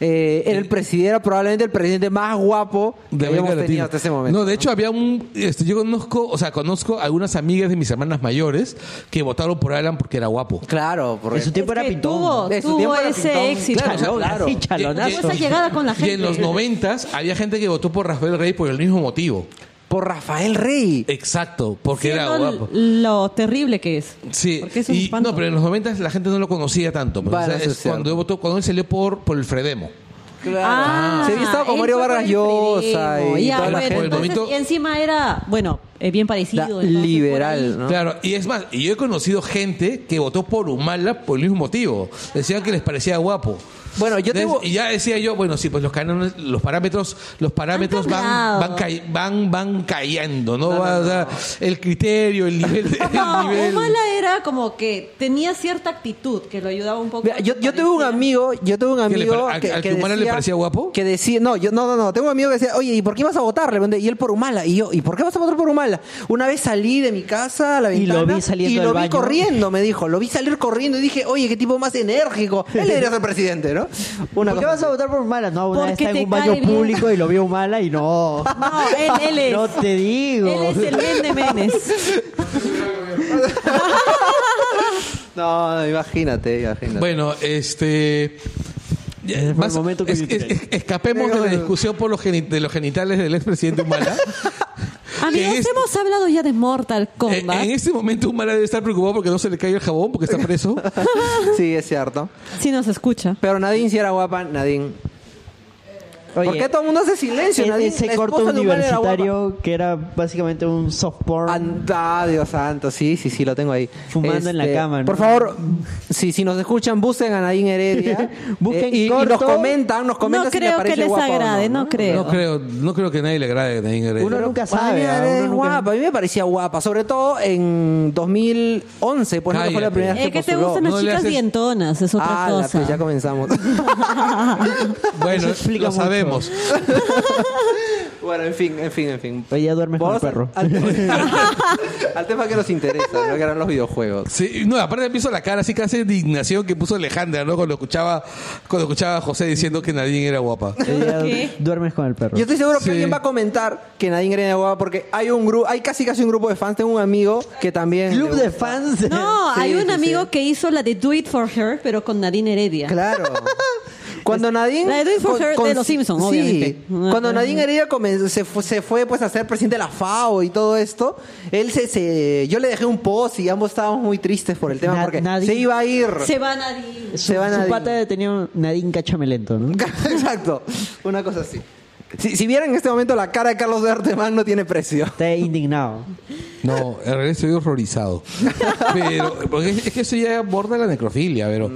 eh, era el presidente, era probablemente el presidente más guapo que
De
habíamos
América
tenido
Latina.
hasta ese momento.
No, de hecho había un, este, yo conozco, o sea, conozco algunas amigas de mis hermanas mayores que votaron por Alan porque era guapo.
Claro, porque
En su tiempo
Es
era
que
pintón.
tuvo,
En su
tuvo
tiempo era
ese
pintón.
éxito. Ah,
Claro, claro.
Así,
Y-
chalonazos.
y-
Esa llegada con la
Y en
gente.
los noventas había gente que votó por Rafael Rey por el mismo motivo.
por Rafael Rey.
Exacto, porque
Siendo
era guapo.
Lo terrible que es.
Sí,
Porque es un
y-
espanto.
no, pero en los 90 la gente no lo conocía tanto. pues,
Vale,
o sea,
eso
es
es cierto.
cuando, él votó- cuando él salió por, por el Fredemo.
Claro.
Ah,
se había estado con
él
Mario
fue por
Vargas
el
Llosa
Frelimo.
y
Ya,
toda la
bueno,
Por el
gente.
entonces,
momento-
y encima era, bueno, eh, bien parecido.
La-
entonces, por ahí.
liberal, ¿no?
Claro, y es más, y yo he conocido gente que votó por Humala por el mismo motivo. Decían que les parecía guapo.
Bueno, yo
Entonces,
tengo-
Y ya decía yo, bueno, sí, pues los cánones, los parámetros, los parámetros van,
cambiado.
van, cay- van, van cayendo, ¿no? Va- da- El criterio, el nivel. de-
No,
el nivel.
Humala era como que tenía cierta actitud que lo ayudaba un poco.
Mira, yo, yo tuve un
Parecía-
amigo, yo tuve un
¿Que le
amigo
pare- al-
que,
al
que
que Humala le parecía guapo?
Que decía, no, yo no, no, no, tengo un amigo que decía, "Oye, ¿y por qué vas a votar?" Le pregunté, y él por Humala, y yo, "¿Y por qué vas a votar por Humala?" Una vez salí de mi casa a la
Y
ventana
lo vi saliendo
y
del
lo vi
baño.
corriendo, me dijo, lo vi salir corriendo y dije, "Oye, qué tipo más enérgico." Él debería ser presidente, ¿no? Una
¿Por qué
cosa
vas a
así.
votar por Humala? No, una vez
Porque
está en
te
un baño
cae bien.
público y lo vio Humala y no.
No, él, él es.
No te digo.
Él es el Ben de Menes.
No, imagínate, imagínate.
Bueno, este. ya,
el
vas-
momento que
es-
viviré.
es- es- escapemos de la discusión por los geni- de los genitales del expresidente Humala.
Amigos,
Que es-
hemos hablado ya de Mortal
Eh,
Kombat.
En este momento Humala debe estar preocupado porque no se le cae el jabón porque está preso.
Sí, es cierto.
Si nos escucha.
Pero Nadine si era guapa, Nadine. ¿Por qué todo el mundo hace silencio?
En
Nadie- la
ese
esposa
corto
de Humala era guapa.
universitario que era básicamente un soft porn.
Anda, Dios santo, sí, sí, sí, lo tengo ahí. Este,
Fumando en la cama, ¿no?
Por favor, si, si nos escuchan, busquen a Nadine Heredia. Eh,
Busquen
y, y
corto.
nos comentan, nos comentan
No
si
creo
parece
que les
guapa o
agrade, no creo.
No creo, no creo que nadie le agrade a Nadine Heredia.
Uno nunca sabe. A mí, me es guapa, a mí me parecía guapa, sobre todo en 2011, pues no que fue la
Cállate.
primera vez
Es que Eh, te
postuló.
gustan las chicas dientonas, es otra
Ah, la,
cosa.
pues ya comenzamos.
Bueno, lo sabemos.
bueno, en fin, en fin, en fin.
Oye, ya duermes con el
Vamos
perro.
Al, al tema que nos interesa, ¿no? que eran los videojuegos.
Sí, no, aparte me hizo la cara así casi de indignación que puso Alejandra, ¿no? Cuando escuchaba, cuando escuchaba a José diciendo que Nadine era guapa.
Ella duermes con el perro.
Yo estoy seguro
Sí.
que alguien va a comentar que Nadine Green es guapa porque hay un grupo, hay casi casi un grupo de fans. Tengo un amigo que también.
Club
le
de
gusta.
fans.
No,
Sí,
hay un
sí,
amigo
sí.
que hizo la de Do It For Her, pero con Nadine Heredia.
Claro. Cuando Nadine.
La de Do It For Her de los Simpson,
sí.
obviamente.
Cuando Nadine Heredia comenzó- se, fue, se fue pues a ser presidente de la FAO y todo esto, él se, se- yo le dejé un post y ambos estábamos muy tristes por el tema
Na-
porque
Nadine-
se iba a ir.
Se va Nadine.
Su,
se va
su
Nadine.
pata tenía un Nadine Cachamelento, ¿no?
Exacto. Una cosa así. Si, si vieran en este momento la cara de Carlos de Artemán no tiene precio.
Está indignado.
No, en realidad estoy horrorizado. Pero, porque es, es que eso ya aborda la necrofilia, pero.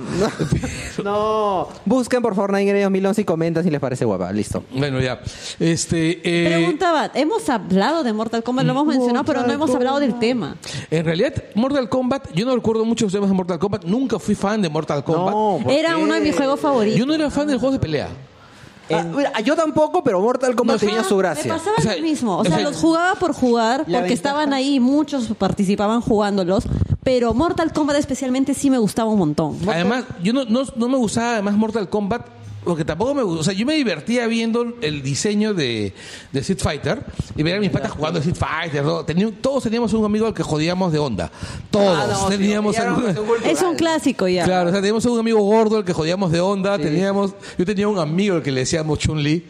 No. Busquen por favor Nadine Heredia 2011 y comentan si les parece guapa. Listo.
Bueno, ya. Este. eh,
Preguntaba, hemos hablado de Mortal Kombat, lo hemos mencionado, pero no hemos hablado del tema.
En realidad, Mortal Kombat, yo no recuerdo muchos temas de Mortal Kombat. Nunca fui fan de Mortal Kombat.
Era uno de mis juegos favoritos.
Yo no era fan del juego de pelea.
Ah, mira, yo tampoco, pero Mortal Kombat
No,
tenía
sí.
su
Me
gracia.
pasaba
O sea,
lo mismo. O
o
sea,
sea,
los jugaba por jugar, porque
la ventaja-
estaban ahí, muchos participaban jugándolos. Pero Mortal Kombat especialmente sí me gustaba un montón.
Además, yo no, no, no me gustaba además Mortal Kombat porque tampoco me gustaba. O sea, yo me divertía viendo el diseño de, de Street Fighter y ver a mis patas jugando a Street Fighter. ¿no? Tenía- todos teníamos un amigo al que jodíamos de onda. Todos.
Ah, no, sí,
teníamos
ya era
algún-
una cuestión cultural.
Es un clásico ya.
Claro, o sea, teníamos un amigo gordo al que jodíamos de onda. Teníamos, yo tenía un amigo al que le decíamos Chun Li.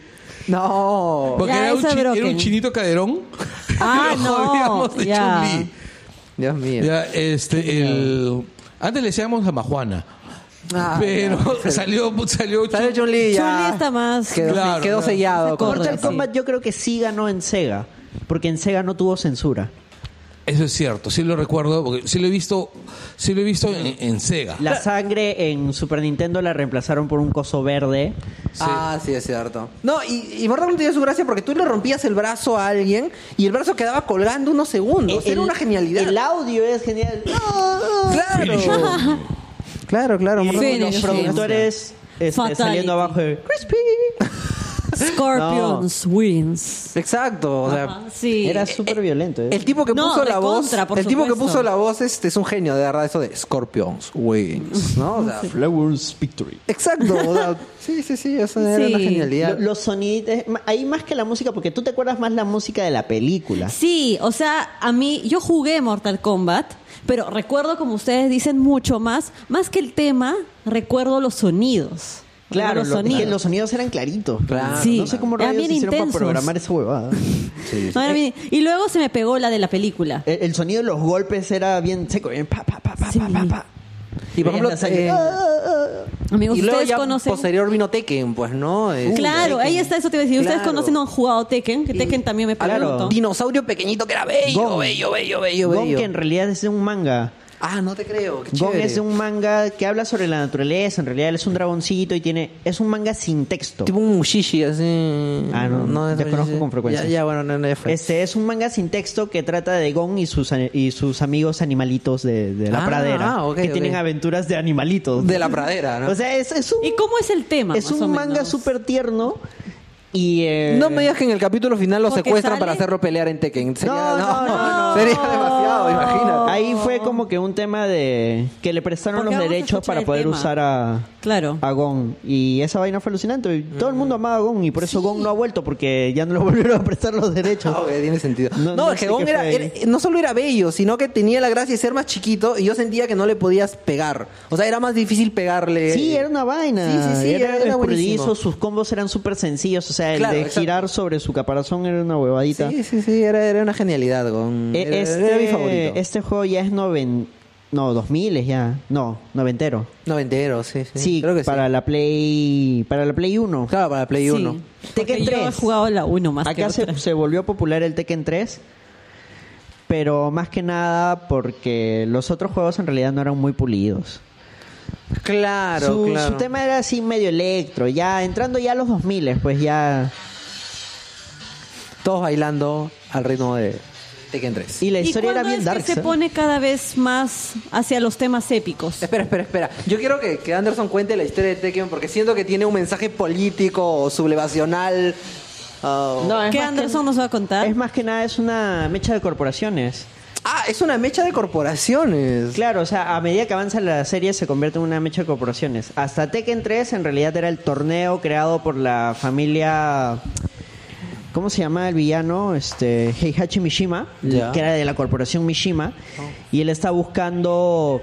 No.
Porque
Ya,
era, un
ese
chi- era
broken.
un chinito caderón.
Ah,
Lo
no,
jodíamos de
ya.
Chun Li.
Dios mío.
Ya, este, el... Antes le decíamos a Majuana.
Ah,
pero salió, salió
Sale Chun Li ya.
Chun-Li está más-
Quedó,
Claro,
quedó
claro.
sellado.
Corre,
Mortal
sí.
Kombat yo creo que sí ganó en Sega. Porque en Sega no tuvo censura.
Eso es cierto, sí lo recuerdo, porque sí lo he visto, sí lo he visto en, en Sega.
La sangre en Super Nintendo la reemplazaron por un coso verde.
Ah, sí, es cierto. No, y, y Mortal Kombat tenía su gracia porque tú le rompías el brazo a alguien y el brazo quedaba colgando unos segundos.
El-
Era una genialidad.
El audio es genial.
Claro. claro, claro. Mortal
Sí,
Kombat
no,
Los
sí.
productores este,
Fatality.
saliendo abajo de Crispy.
Scorpions wins.
Exacto. O sea,
Ajá, sí.
Era súper violento. ¿eh?
El tipo que
No,
puso la voz,
recontra, por
el tipo que
supuesto.
puso la voz este es un genio de verdad eso de Scorpions Wings, ¿no? O sea,
Flowers Victory.
exacto, o sea, sí, sí, sí, eso era
Sí.
una
Lo-
genialidad.
los sonidos, eh, ahí más que la música, porque tú te acuerdas más la música de la película.
Sí, o sea, a mí, yo jugué Mortal Kombat, pero recuerdo, como ustedes dicen, mucho más. Más que el tema, recuerdo los sonidos.
Claro,
los
lo- es que
sonidos.
los sonidos eran claritos.
Claro.
Sí.
No sé cómo
Eran
rayos
bien
hicieron
intensos.
para programar esa huevada.
No, era
Eh,
mi- Y luego se me pegó la de la película.
El, el sonido de los golpes era bien seco, bien pa, pa, pa, pa,
Sí.
pa, pa, pa.
Y por
Veías
ejemplo,
la sangre. Ah,
eh,
Amigos,
y luego
ustedes
ya
conocen.
posterior vino Tekken, pues, ¿no?
uh,
Eh,
Claro,
Tekken.
ahí está eso te iba a decir. Ustedes
Claro.
conocen o han jugado Tekken, que Tekken también me
Había
pregunto.
un dinosaurio pequeñito que era bello,
Gon.
bello, bello, bello,
Gon,
bello.
que en realidad es de un manga.
Ah, no te creo, qué
Gon
chévere.
es de un manga que habla sobre la naturaleza. En realidad él es un dragoncito y tiene. Es un manga sin texto.
tipo un mushishi así.
Ah, no,
es
ya conozco
mushishi.
con frecuencia.
Ya, ya, bueno, no, no, ya fue.
Este es un manga sin texto que trata de Gon y sus a- y sus amigos animalitos de, de la
Ah,
pradera
ah, ok,
que
ok.
tienen aventuras de animalitos.
de la pradera, ¿no?
O sea, es, es un
¿Y cómo es el tema?
es
más o
un manga
menos?
súper tierno y eh,
no me digas que en el capítulo final lo
Porque
secuestran
sale-
para hacerlo pelear en Tekken. Sería,
No, no, no, no.
Sería demasiado, imagínate.
Ahí fue como que un tema de que le prestaron
Porque
los
vamos a
derechos
escuchar
para
el
poder
tema.
usar a
Claro.
a Gon y esa vaina fue alucinante. Y Todo el
Mm.
mundo amaba a Gon y por eso Gon no ha vuelto porque ya no le volvieron a prestar los derechos.
Ah, ok, tiene sentido.
No,
No,
no
es
sé
que Gon
qué
era,
fue ahí.
era- no solo era bello, sino que tenía la gracia de ser más chiquito y yo sentía que no le podías pegar. O sea, era más difícil pegarle.
Sí, era una vaina.
Sí, sí, sí,
era,
era- era
escurridizo,
buenísimo.
sus combos eran súper sencillos. O sea, el
Claro,
de
exacto.
girar sobre su caparazón era una huevadita.
Sí, sí, sí, era, era una genialidad, Gon.
E-
Era,
este,
era mi favorito.
este juego ya es noven- No, 2000 ya. No, noventero.
Noventero, sí, sí.
Sí,
Creo que sí.
para la Play para la Play 1.
Claro, para la Play
Sí.
1.
Tekken
Porque yo
3.
he jugado la 1 más
Acá
que
se,
otra.
se volvió popular el Tekken 3, pero más que nada porque los otros juegos en realidad no eran muy pulidos.
Claro,
su,
claro.
su tema era así medio electro, ya entrando ya a los 2000, pues ya...
Todos bailando al ritmo de Tekken 3.
Y la
¿Y
historia era
cuándo
bien
es
dark.
que se
¿eh?
pone cada vez más hacia los temas épicos.
Espera, espera, espera. Yo quiero que, que Anderson cuente la historia de Tekken porque siento que tiene un mensaje político o sublevacional. ah,
No, es
¿Qué
más que-
Anderson nos va a contar?
Es más que nada es una mecha de corporaciones.
Ah, es una mecha de corporaciones.
Claro, o sea, a medida que avanza la serie se convierte en una mecha de corporaciones. Hasta Tekken 3 en realidad era el torneo creado por la familia... ¿Cómo se llama el villano? Este, Heihachi Mishima,
Ya.
que era de la corporación Mishima. Y él está buscando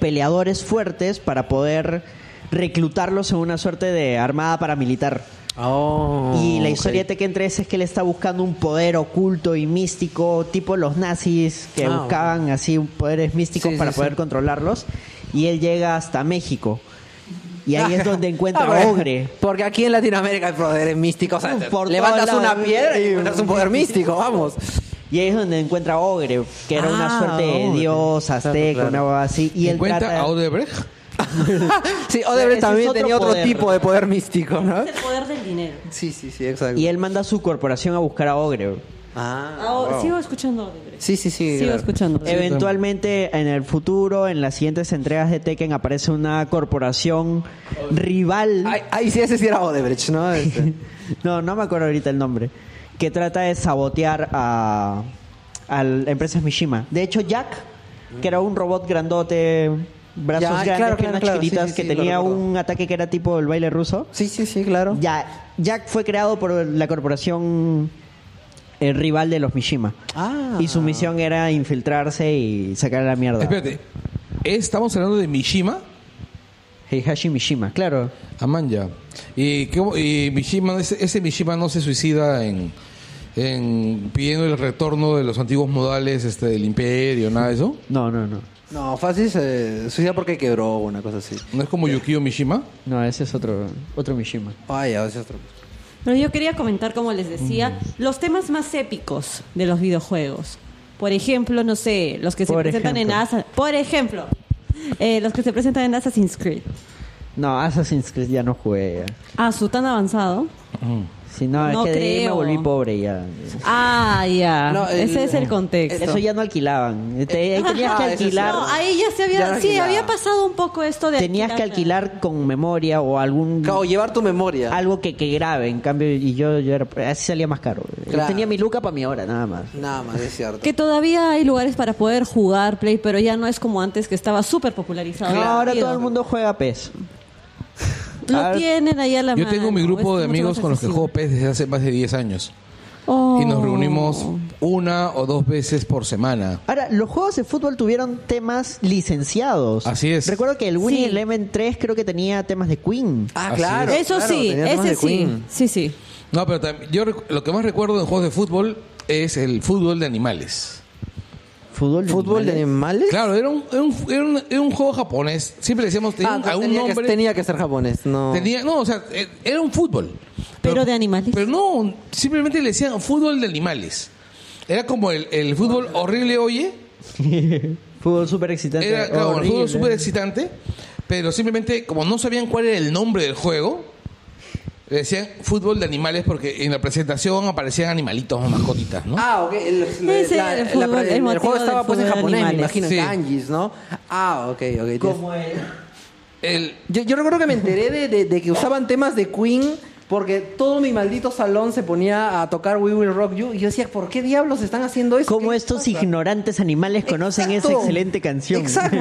peleadores fuertes para poder reclutarlos en una suerte de armada paramilitar.
Oh,
Y la
ok.
historia de Tekken 3 es que él está buscando un poder oculto y místico, tipo los nazis que
Ah, bueno.
buscaban así poderes místicos
Sí,
para
sí,
poder
sí.
controlarlos. Y él llega hasta México. Y ahí es donde encuentra
Ah, porque-
a Ogre.
Porque aquí en Latinoamérica hay poderes místicos. O sea, te-
Por
levantas
todos
una
lados.
piedra y encuentras un poder místico, vamos.
Y ahí es donde encuentra a Ogre, que era
Ah,
una suerte de
Ogre.
dios azteca,
Claro, claro.
una huevada así. Y él
¿Encuentra
trata...
a Odebrecht?
sí, Odebrecht
Ese es
también
otro
tenía otro
poder.
tipo de poder místico, ¿no?
El poder del dinero.
Sí, sí, sí, exacto.
Y él manda a su corporación a buscar a Ogre.
Ah,
oh,
Ahora-
wow.
oh, Sigo escuchando. Odebrecht.
Sí, sí, sí.
Sigo
claro.
escuchando.
Eventualmente, en el futuro, en las siguientes entregas de Tekken, aparece una corporación rival.
Ay, ay, sí, ese sí era Odebrecht, ¿no? Este.
No, no me acuerdo ahorita el nombre. Que trata de sabotear a, a la empresa Mishima. De hecho, Jack, que era un robot grandote, brazos
Ya,
grandes,
claro,
piernas
claro, claro.
chiquititas,
Sí, sí,
que
sí, lo
tenía
recuerdo.
un ataque que era tipo el baile ruso.
sí, sí, sí, claro.
Ya, Jack fue creado por la corporación el rival de los Mishima.
Ah.
Y su misión era infiltrarse y sacar la mierda.
Espérate, estamos hablando de Mishima.
Heihachi Mishima, claro.
Amanya. ¿Y, cómo- y Mishima, ese, ese Mishima no se suicida en, en pidiendo el retorno de los antiguos modales este, del imperio, nada de eso?
No, no, no.
No, fácil se suicida porque quebró una cosa así.
¿No es como Yukio Mishima?
No, ese es otro, otro Mishima.
Ay, a veces otro.
Pero yo quería comentar, como les decía,
Mm.
los temas más épicos de los videojuegos. Por ejemplo, no sé, los que se
Por
presentan en
ejemplo.
Assassin's Por ejemplo, eh, los que se presentan en Assassin's Creed.
No, Assassin's Creed ya no jugué. ya.
Ah, su tan avanzado.
Si no,
No
es que de ahí me
creo.
volví pobre ya.
Ah, ya.
No, el-
Ese es el contexto.
Eso ya no alquilaban. Te- ahí tenías que
Ah, eso es
alquilar.
No, ahí ya se había.
Ya no
sí,
alquilaba.
había pasado un poco esto de.
Tenías que alquilar con memoria o algún
Claro, llevar tu memoria.
algo que, que grabe. En cambio, y yo, yo era, así salía más caro. Yo
Claro.
tenía mi luca para mi hora, nada más.
Nada más, es cierto.
Que todavía hay lugares para poder jugar Play, pero ya no es como antes que estaba súper popularizado.
No, ahora
Tío,
todo el mundo juega PES.
Lo
Ahora-
tienen ahí a la
Yo
mano.
tengo mi grupo
es
de
mucho
amigos
más
con los que juego
accesible.
PES desde hace más de 10 años. Y nos
Oh.
reunimos una o dos veces por semana.
Ahora, los juegos de fútbol tuvieron temas licenciados.
Así es.
Recuerdo que el Winnie
Sí.
Eleven 3 creo que tenía temas de Queen.
Ah,
Así
claro.
Eso
claro,
sí,
tenía temas
ese
de
sí.
Queen.
Sí, sí.
No, pero tam- yo rec- lo que más recuerdo en juegos de fútbol es el fútbol de animales.
Fútbol de
¿Fútbol de
animales.
animales?
Claro, era un, era un, era un- era un juego japonés. Siempre decíamos, tenía
Ah,
un-
pues
entonces
a un
tenía,
nombre.
que, tenía que ser japonés, no.
Tenía- no, o sea, eh, era un fútbol.
Pero de animales.
Pero no, simplemente le decían fútbol de animales. Era como el, el fútbol horrible, oye.
Fútbol súper excitante.
Era claro, el
horrible. ¿eh?
fútbol súper excitante. Pero simplemente, como no sabían cuál era el nombre del juego, le decían fútbol de animales porque en la presentación aparecían animalitos, mascotitas, ¿no?
Ah, ok. El,
Ese
la-
era el
la-
fútbol, el
el
motivo
juego estaba
del
pues
fútbol
en
de
japonés, me
animales.
imagino,
Sí.
en kanjis, ¿no? Ah, ok, ok.
Como el-
El,
Yo, yo recuerdo que me enteré de, de- de que usaban temas de Queen porque todo mi maldito salón se ponía a tocar We Will Rock You y yo decía, ¿por qué diablos están haciendo eso?
¿Cómo
¿Qué
estos
pasa?
ignorantes animales conocen esa
Exacto.
excelente canción?
Exacto.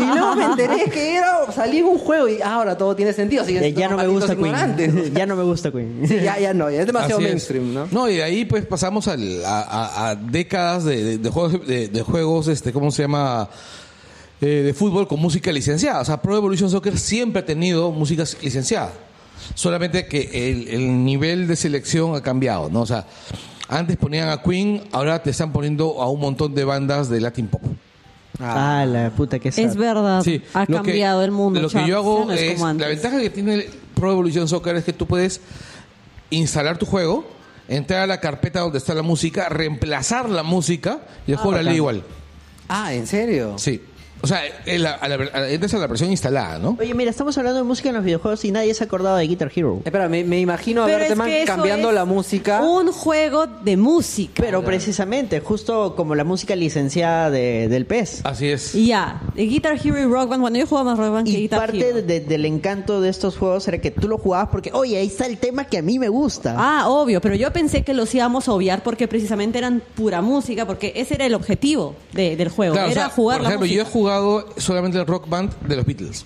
Y luego me enteré que era salía en un juego y ahora todo tiene sentido. Siguen
Eh, ya
siendo
no me
malditos
gusta
ignorantes.
Queen. ya no me gusta Queen.
Sí, ya, ya no, ya es demasiado
Así es.
mainstream, ¿no?
No, y de ahí pues pasamos al- a, a- a décadas de, de- de juegos, de, de juegos, este, ¿cómo se llama? Eh, de fútbol con música licenciada. O sea, Pro Evolution Soccer siempre ha tenido música licenciada. Solamente que el, el nivel de selección ha cambiado, ¿no? O sea, antes ponían a Queen, ahora te están poniendo a un montón de bandas de Latin Pop.
Ah, la puta que sad.
Es verdad.
Sí,
Ha
lo que-
cambiado el mundo.
Lo que
Charles.
yo
Ya
hago
no
es,
como antes.
la ventaja que tiene el Pro Evolution Soccer es que tú puedes instalar tu juego, entrar a la carpeta donde está la música, reemplazar la música y el
Ah,
juego la
bacán.
lee igual.
Ah, ¿en serio?
Sí. O sea, en la- a la- a la- entras a la versión instalada, ¿no?
Oye, mira, estamos hablando de música en los videojuegos y nadie se ha acordado de Guitar Hero.
Espera, me, imagino
Pero es que eso es
música.
Un juego de música.
Pero precisamente, justo como la música licenciada de- del E PES.
Así es.
Y Ya, de Guitar Hero y Rock Band. Cuando yo jugaba más Rock Band que
Y
Guitar Hero.
parte de- del encanto de estos juegos era que tú lo jugabas porque, oye, ahí está el tema que a mí me gusta.
Ah, obvio, pero yo pensé que los íbamos a obviar porque precisamente eran pura música, porque ese era el objetivo de- del juego,
Claro, o
era
sea,
jugar
por
la
ejemplo, yo he
música.
jugado solamente el Rock Band de los Beatles.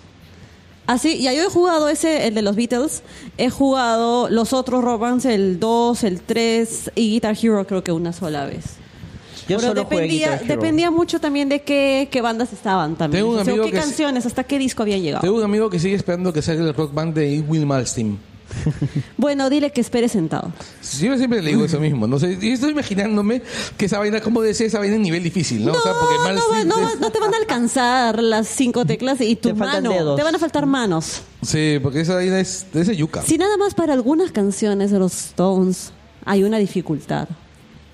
Así, ya yo he jugado ese, el de los Beatles, he jugado los otros rock bands, el 2, el 3 y Guitar Hero creo que una sola vez.
Yo
Pero
solo jugué
dependía,
Guitar Hero.
dependía mucho también de qué, qué bandas estaban también.
Tengo un
O sea,
amigo
qué
que es-
canciones, hasta qué disco había llegado.
Tengo un amigo que sigue esperando que salga el Rock Band de Will Malmsteen.
Bueno, dile que espere sentado.
Sí, Yo siempre le digo eso mismo. No sé, y estoy imaginándome que esa vaina, como decía, esa vaina en nivel difícil, ¿no? o sea, porque
No, no, va-
Malmsteen
no va-
es-
no te van a alcanzar las cinco teclas y tu
Te faltan
mano.
dedos.
Te van a faltar manos.
Sí, porque esa vaina es de ese yuca.
Si nada más para algunas canciones de los Stones hay una dificultad.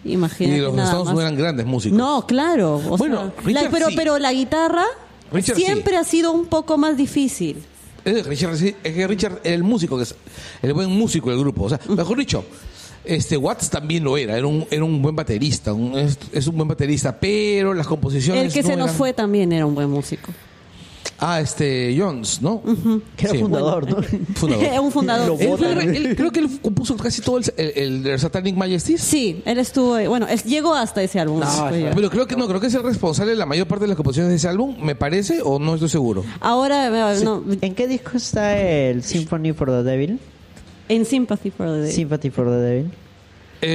Imagínate.
y los
nada
Stones
más.
no eran grandes músicos.
No, claro. o
Bueno,
sea,
Richard
la- pero,
sí.
pero la guitarra
Richard
siempre ha sido un poco más difícil.
Es, que Richard, sí, es que Richard era el músico, que es el buen músico del grupo. O sea, mejor dicho, este Watts también lo era. Era un, era un buen baterista. un- es, es un buen baterista, pero las composiciones.
El que
no
se nos
eran-
fue también era un buen músico.
Ah, este Jones, ¿no?
Que era fundador,
¿no? Fundador.
un fundador.
Él- él- él- creo que él compuso casi todo el, el- el Satanic Majesties.
Sí, él estuvo. ahí. Bueno, él llegó hasta ese álbum. Fue ya.
Pero creo que no, creo que es el responsable de la mayor parte de las composiciones de ese álbum, me parece, o no estoy seguro.
Ahora, eh, no,
¿En qué disco está el Symphony for the Devil?
en Sympathy for the Devil.
Sympathy for the Devil.
En,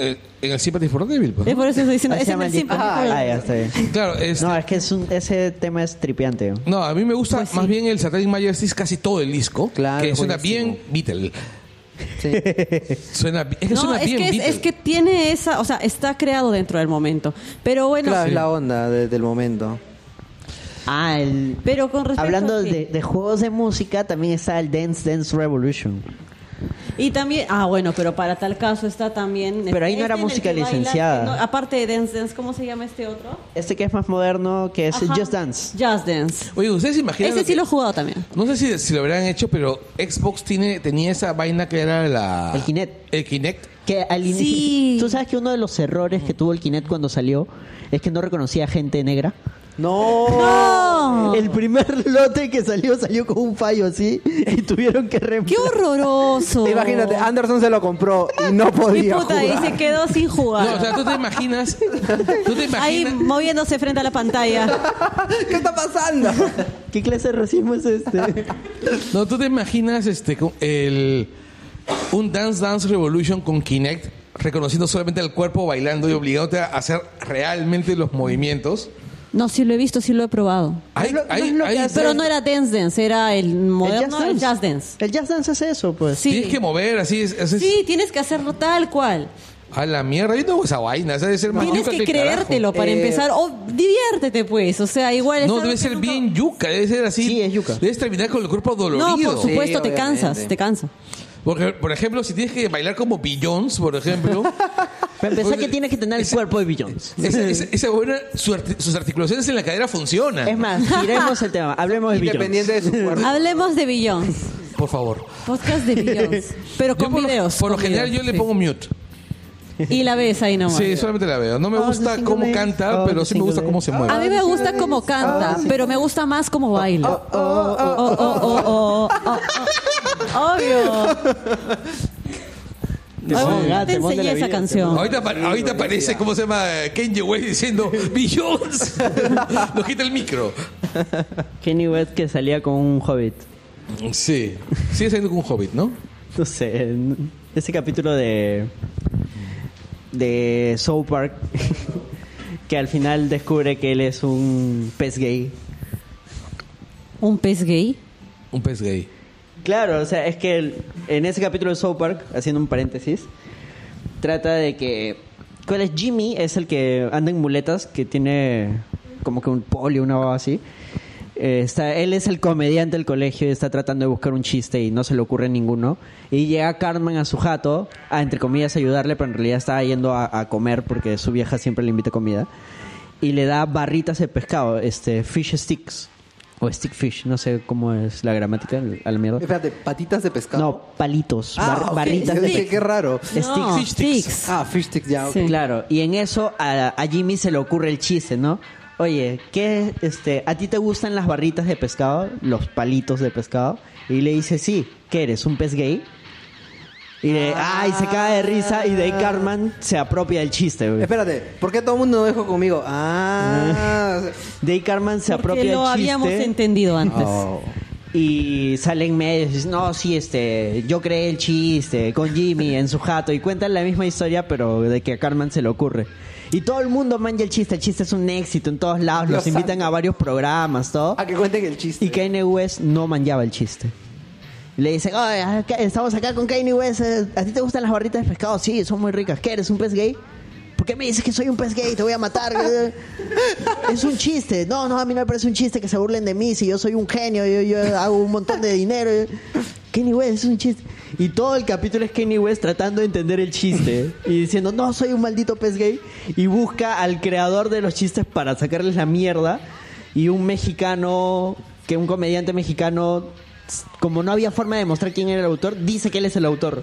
eh, en el Sympathy for the Devil. pues, ¿no?
Es por eso estoy diciendo.
Ah,
Es
se
en
llama
el
el
Sympathy
disco.
for the
Ah, ya
Devil.
está bien.
Claro, es,
No, es que es un- ese tema es tripiante.
No, a mí me gusta
pues
más bien el Satanic Majesties casi todo el disco. que suena bien Beatle. Suena, bi- es que
No,
suena
es
bien
que, es,
Beatle.
es que tiene esa, o sea, está creado dentro del momento. Pero bueno,
Claro, es la onda de- del momento.
Ah, el-
pero con respecto
hablando
a-
de, de juegos de música, también está el Dance Dance Revolution.
Y también, ah, bueno, pero para tal caso está también. este
Pero ahí no era
en el
música
que bailas,
licenciada.
no, aparte de Dance Dance, ¿cómo se llama este otro?
Este que es más moderno, que es
Ajá.
Just Dance.
Just Dance.
Oye, ¿ustedes se imaginan?
Ese sí
que-
lo he jugado también.
No sé si, si lo habrán hecho, pero Xbox tiene, tenía esa vaina que era la...
El Kinect.
El Kinect.
Que al inicio.
Sí.
Tú sabes que uno de los errores que tuvo el Kinect cuando salió es que no reconocía gente negra.
No.
¡No!
El primer lote que salió salió con un fallo así y tuvieron que
¡Qué
reemplazar.
horroroso!
Imagínate, Anderson se lo compró y no
Y
podía
puta, ahí
jugar.
se quedó sin jugar.
No, o sea, tú te imaginas... Tú te
Ahí
imaginas...
moviéndose frente a la pantalla.
¿Qué está pasando?
¿Qué clase de racismo es este?
No, tú te imaginas este, con- el, un Dance Dance Revolution con Kinect reconociendo solamente el cuerpo bailando y obligándote a hacer realmente los movimientos.
No, sí lo he visto, sí lo he probado.
Hay-
No es lo-
hay-
no es lo que
hay-
hace-
Pero no era Dance Dance, era el moderno, el Just Dance.
El Just Dance es eso, pues.
Sí.
Tienes que mover así, es, es- es-
Sí, tienes que hacerlo tal cual.
a la mierda. Yo no hago esa vaina, esa debe ser más
Tienes
yuca
que
el carajo.
creértelo para
Eh,
empezar. O diviértete, pues. O sea, igual. es
No,
algo
debe
que
ser
nunca-
bien yuca, debe ser así.
Sí, es yuca.
Debes terminar con el cuerpo dolorido.
No, por supuesto,
Sí,
te cansas,
obviamente.
te cansa.
Porque, por ejemplo, si tienes que bailar como Billions, por ejemplo,
Para empezar,
Oye,
que tienes que tener el cuerpo de Billions.
esa, esa- esa buena, su arti- sus articulaciones en la cadera funcionan.
Es más, giremos el tema. Hablemos de Billions.
Independiente de su cuerpo.
Hablemos de Billions.
Por favor.
Podcast de Billions. Pero
Yo
con
por lo-
videos.
por lo
con
general
videos,
yo le
sí.
pongo mute.
Y la ves ahí nomás.
Sí, solamente la veo. No me
Oh,
gusta
the
cómo
single
canta,
ladies.
pero
Oh,
sí
the
me gusta
single
cómo se mueve.
A mí me gusta cómo canta, pero me gusta más cómo baila. Oh, oh, oh, oh, oh, oh. Obvio. Ay,
sí.
no te
Te pone
enseñé
la
esa
vida,
canción.
Ahorita, pa- ahorita parece, ¿cómo se llama? Kenji Way diciendo Billions. Nos quita el micro.
Kenny West que salía con un hobbit.
Sí. Sigue siendo un hobbit, ¿no?
No sé. n- Ese capítulo de. de South Park. que al final descubre que él es un pez gay.
¿Un pez gay?
Un pez gay.
Claro, o sea, es que el- en ese capítulo de South Park, haciendo un paréntesis, trata de que. ¿Cuál es Jimmy? Es el que anda en muletas, que tiene como que un polio, una voz así. Eh, está, él es el comediante del colegio y está tratando de buscar un chiste y no se le ocurre ninguno. Y llega Carmen a su jato a, entre comillas, ayudarle, pero en realidad está yendo a, a comer porque su vieja siempre le invita comida. Y le da barritas de pescado, este, fish sticks. O stick fish, no sé cómo es la gramática, a la mierda.
Espérate, patitas de pescado.
No, palitos,
Ah,
bar-
ok.
barritas
Yo
de
dije,
pe-
qué raro.
Sticks.
No,
fish sticks.
Ah, fish sticks, ya, ok.
Claro, y en eso a, a Jimmy se le ocurre el chiste, ¿no? Oye, ¿qué, este, ¿a ti te gustan las barritas de pescado? Los palitos de pescado. Y le dice, sí, ¿qué eres? ¿Un pez gay? Y de, ay, se cae de risa y de ahí Cartman se apropia del chiste, güey.
Espérate, ¿por qué todo el mundo no dejó conmigo? Ah.
De ahí Cartman se
Porque
apropia del
lo
chiste.
habíamos entendido antes.
Oh. Y salen medios y dicen, no, sí, este, yo creé el chiste con Jimmy en su jato. Y cuentan la misma historia, pero de que a Carmen se le ocurre. Y todo el mundo manja el chiste. El chiste es un éxito en todos lados. Los
Dios
invitan a varios programas, todo.
A que cuenten el chiste.
Y Kanye West no manjaba el chiste. Le dicen, "Oye, acá- estamos acá con Kanye West. eh, ¿A ti te gustan las barritas de pescado? Sí, son muy ricas. ¿Qué eres, un pez gay? ¿Por qué me dices que soy un pez gay? Te voy a matar. es un chiste. No, no, a mí no me parece un chiste que se burlen de mí. Si yo soy un genio, yo, yo hago un montón de dinero. Kanye West es un chiste. Y todo el capítulo es Kanye West tratando de entender el chiste y diciendo, no, soy un maldito pez gay. Y busca al creador de los chistes para sacarles la mierda. Y un mexicano, que un comediante mexicano como no había forma de demostrar quién era el autor, dice que él es el autor.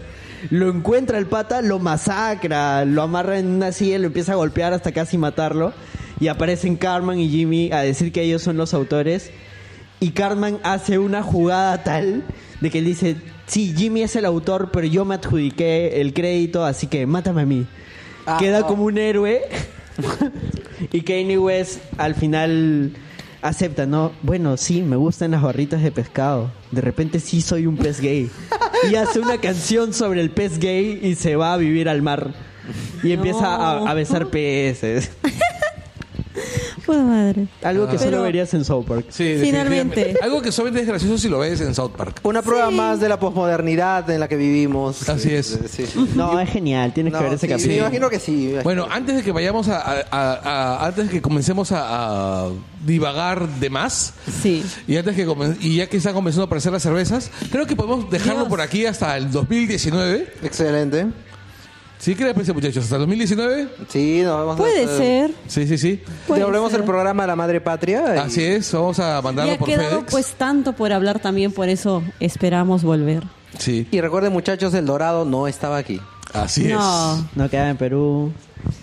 Lo encuentra el pata, lo masacra, lo amarra en una silla, lo empieza a golpear hasta casi matarlo. Y aparecen Carmen y Jimmy a decir que ellos son los autores. Y Cartman hace una jugada tal de que él dice, sí, Jimmy es el autor, pero yo me adjudiqué el crédito, así que mátame a mí.
Ah,
Queda
oh.
como un héroe. y Kanye West al final acepta, ¿no? Bueno, sí, me gustan las barritas de pescado. De repente sí soy un pez gay. Y hace una canción sobre el pez gay y se va a vivir al mar. Y empieza a, a besar peces.
Puta madre.
Algo que
Ah.
solo
Pero-
verías en South Park.
Sí, definitivamente. Algo que solamente es gracioso si lo ves en South Park.
Una prueba más de la posmodernidad en la que vivimos.
Así es.
No, es genial. Tienes
No,
que ver ese
sí,
capítulo.
Me imagino que sí.
Bueno, antes de que vayamos a, a- a- a- antes de que comencemos a, a divagar de más,
sí.
y antes que comen- y ya que están comenzando a aparecer las cervezas, creo que podemos dejarlo por aquí hasta el 2019.
Excelente.
¿Sí qué les parece, muchachos? ¿Hasta el 2019?
Sí, nos vemos.
Puede
Eh,
hasta-
ser.
Sí, sí, sí.
Puede
Devolvemos
ser.
el programa a la madre patria. y-
Así es, vamos a
Y
mandarlo
ha
por
quedado
FedEx.
pues tanto por hablar también, por eso esperamos volver.
Sí.
Y recuerden, muchachos, el Dorado no estaba aquí.
Así
No.
es.
No quedaba en Perú.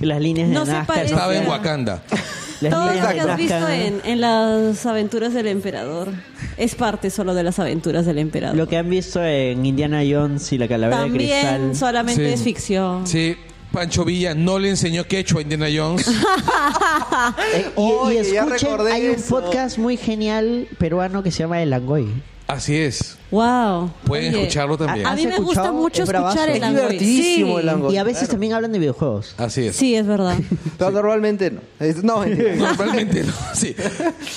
Y las líneas de
No se
Nazca.
parece.
Estaba en
Era-
Wakanda.
Las
Todo lo
líneas
que
de
has visto
Nazca.
en, en las aventuras del emperador es parte solo de las aventuras del emperador.
Lo que han visto en Indiana Jones y la calavera de cristal.
También solamente
Sí.
es ficción.
Sí, Pancho Villa no le enseñó quechua a Indiana Jones.
Eh, y,
Oye,
y
ya
escuchen,
recordé
hay un
eso.
podcast muy genial peruano que se llama El Angoy.
Así es.
Wow.
Pueden escucharlo también.
A, a mí
¿Has
me gusta
escuchado?
mucho
Es bravazo.
escuchar el
Es
Angoy.
divertidísimo
sí.
el Angoy.
Y a veces
Claro.
también hablan de videojuegos.
Así es.
Sí, es verdad.
Pero normalmente no. Es- No, mentira.
Normalmente no, sí.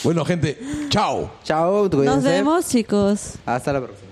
Bueno, gente, chao.
Chao,
Nos
cuídense.
vemos, chicos.
Hasta la próxima.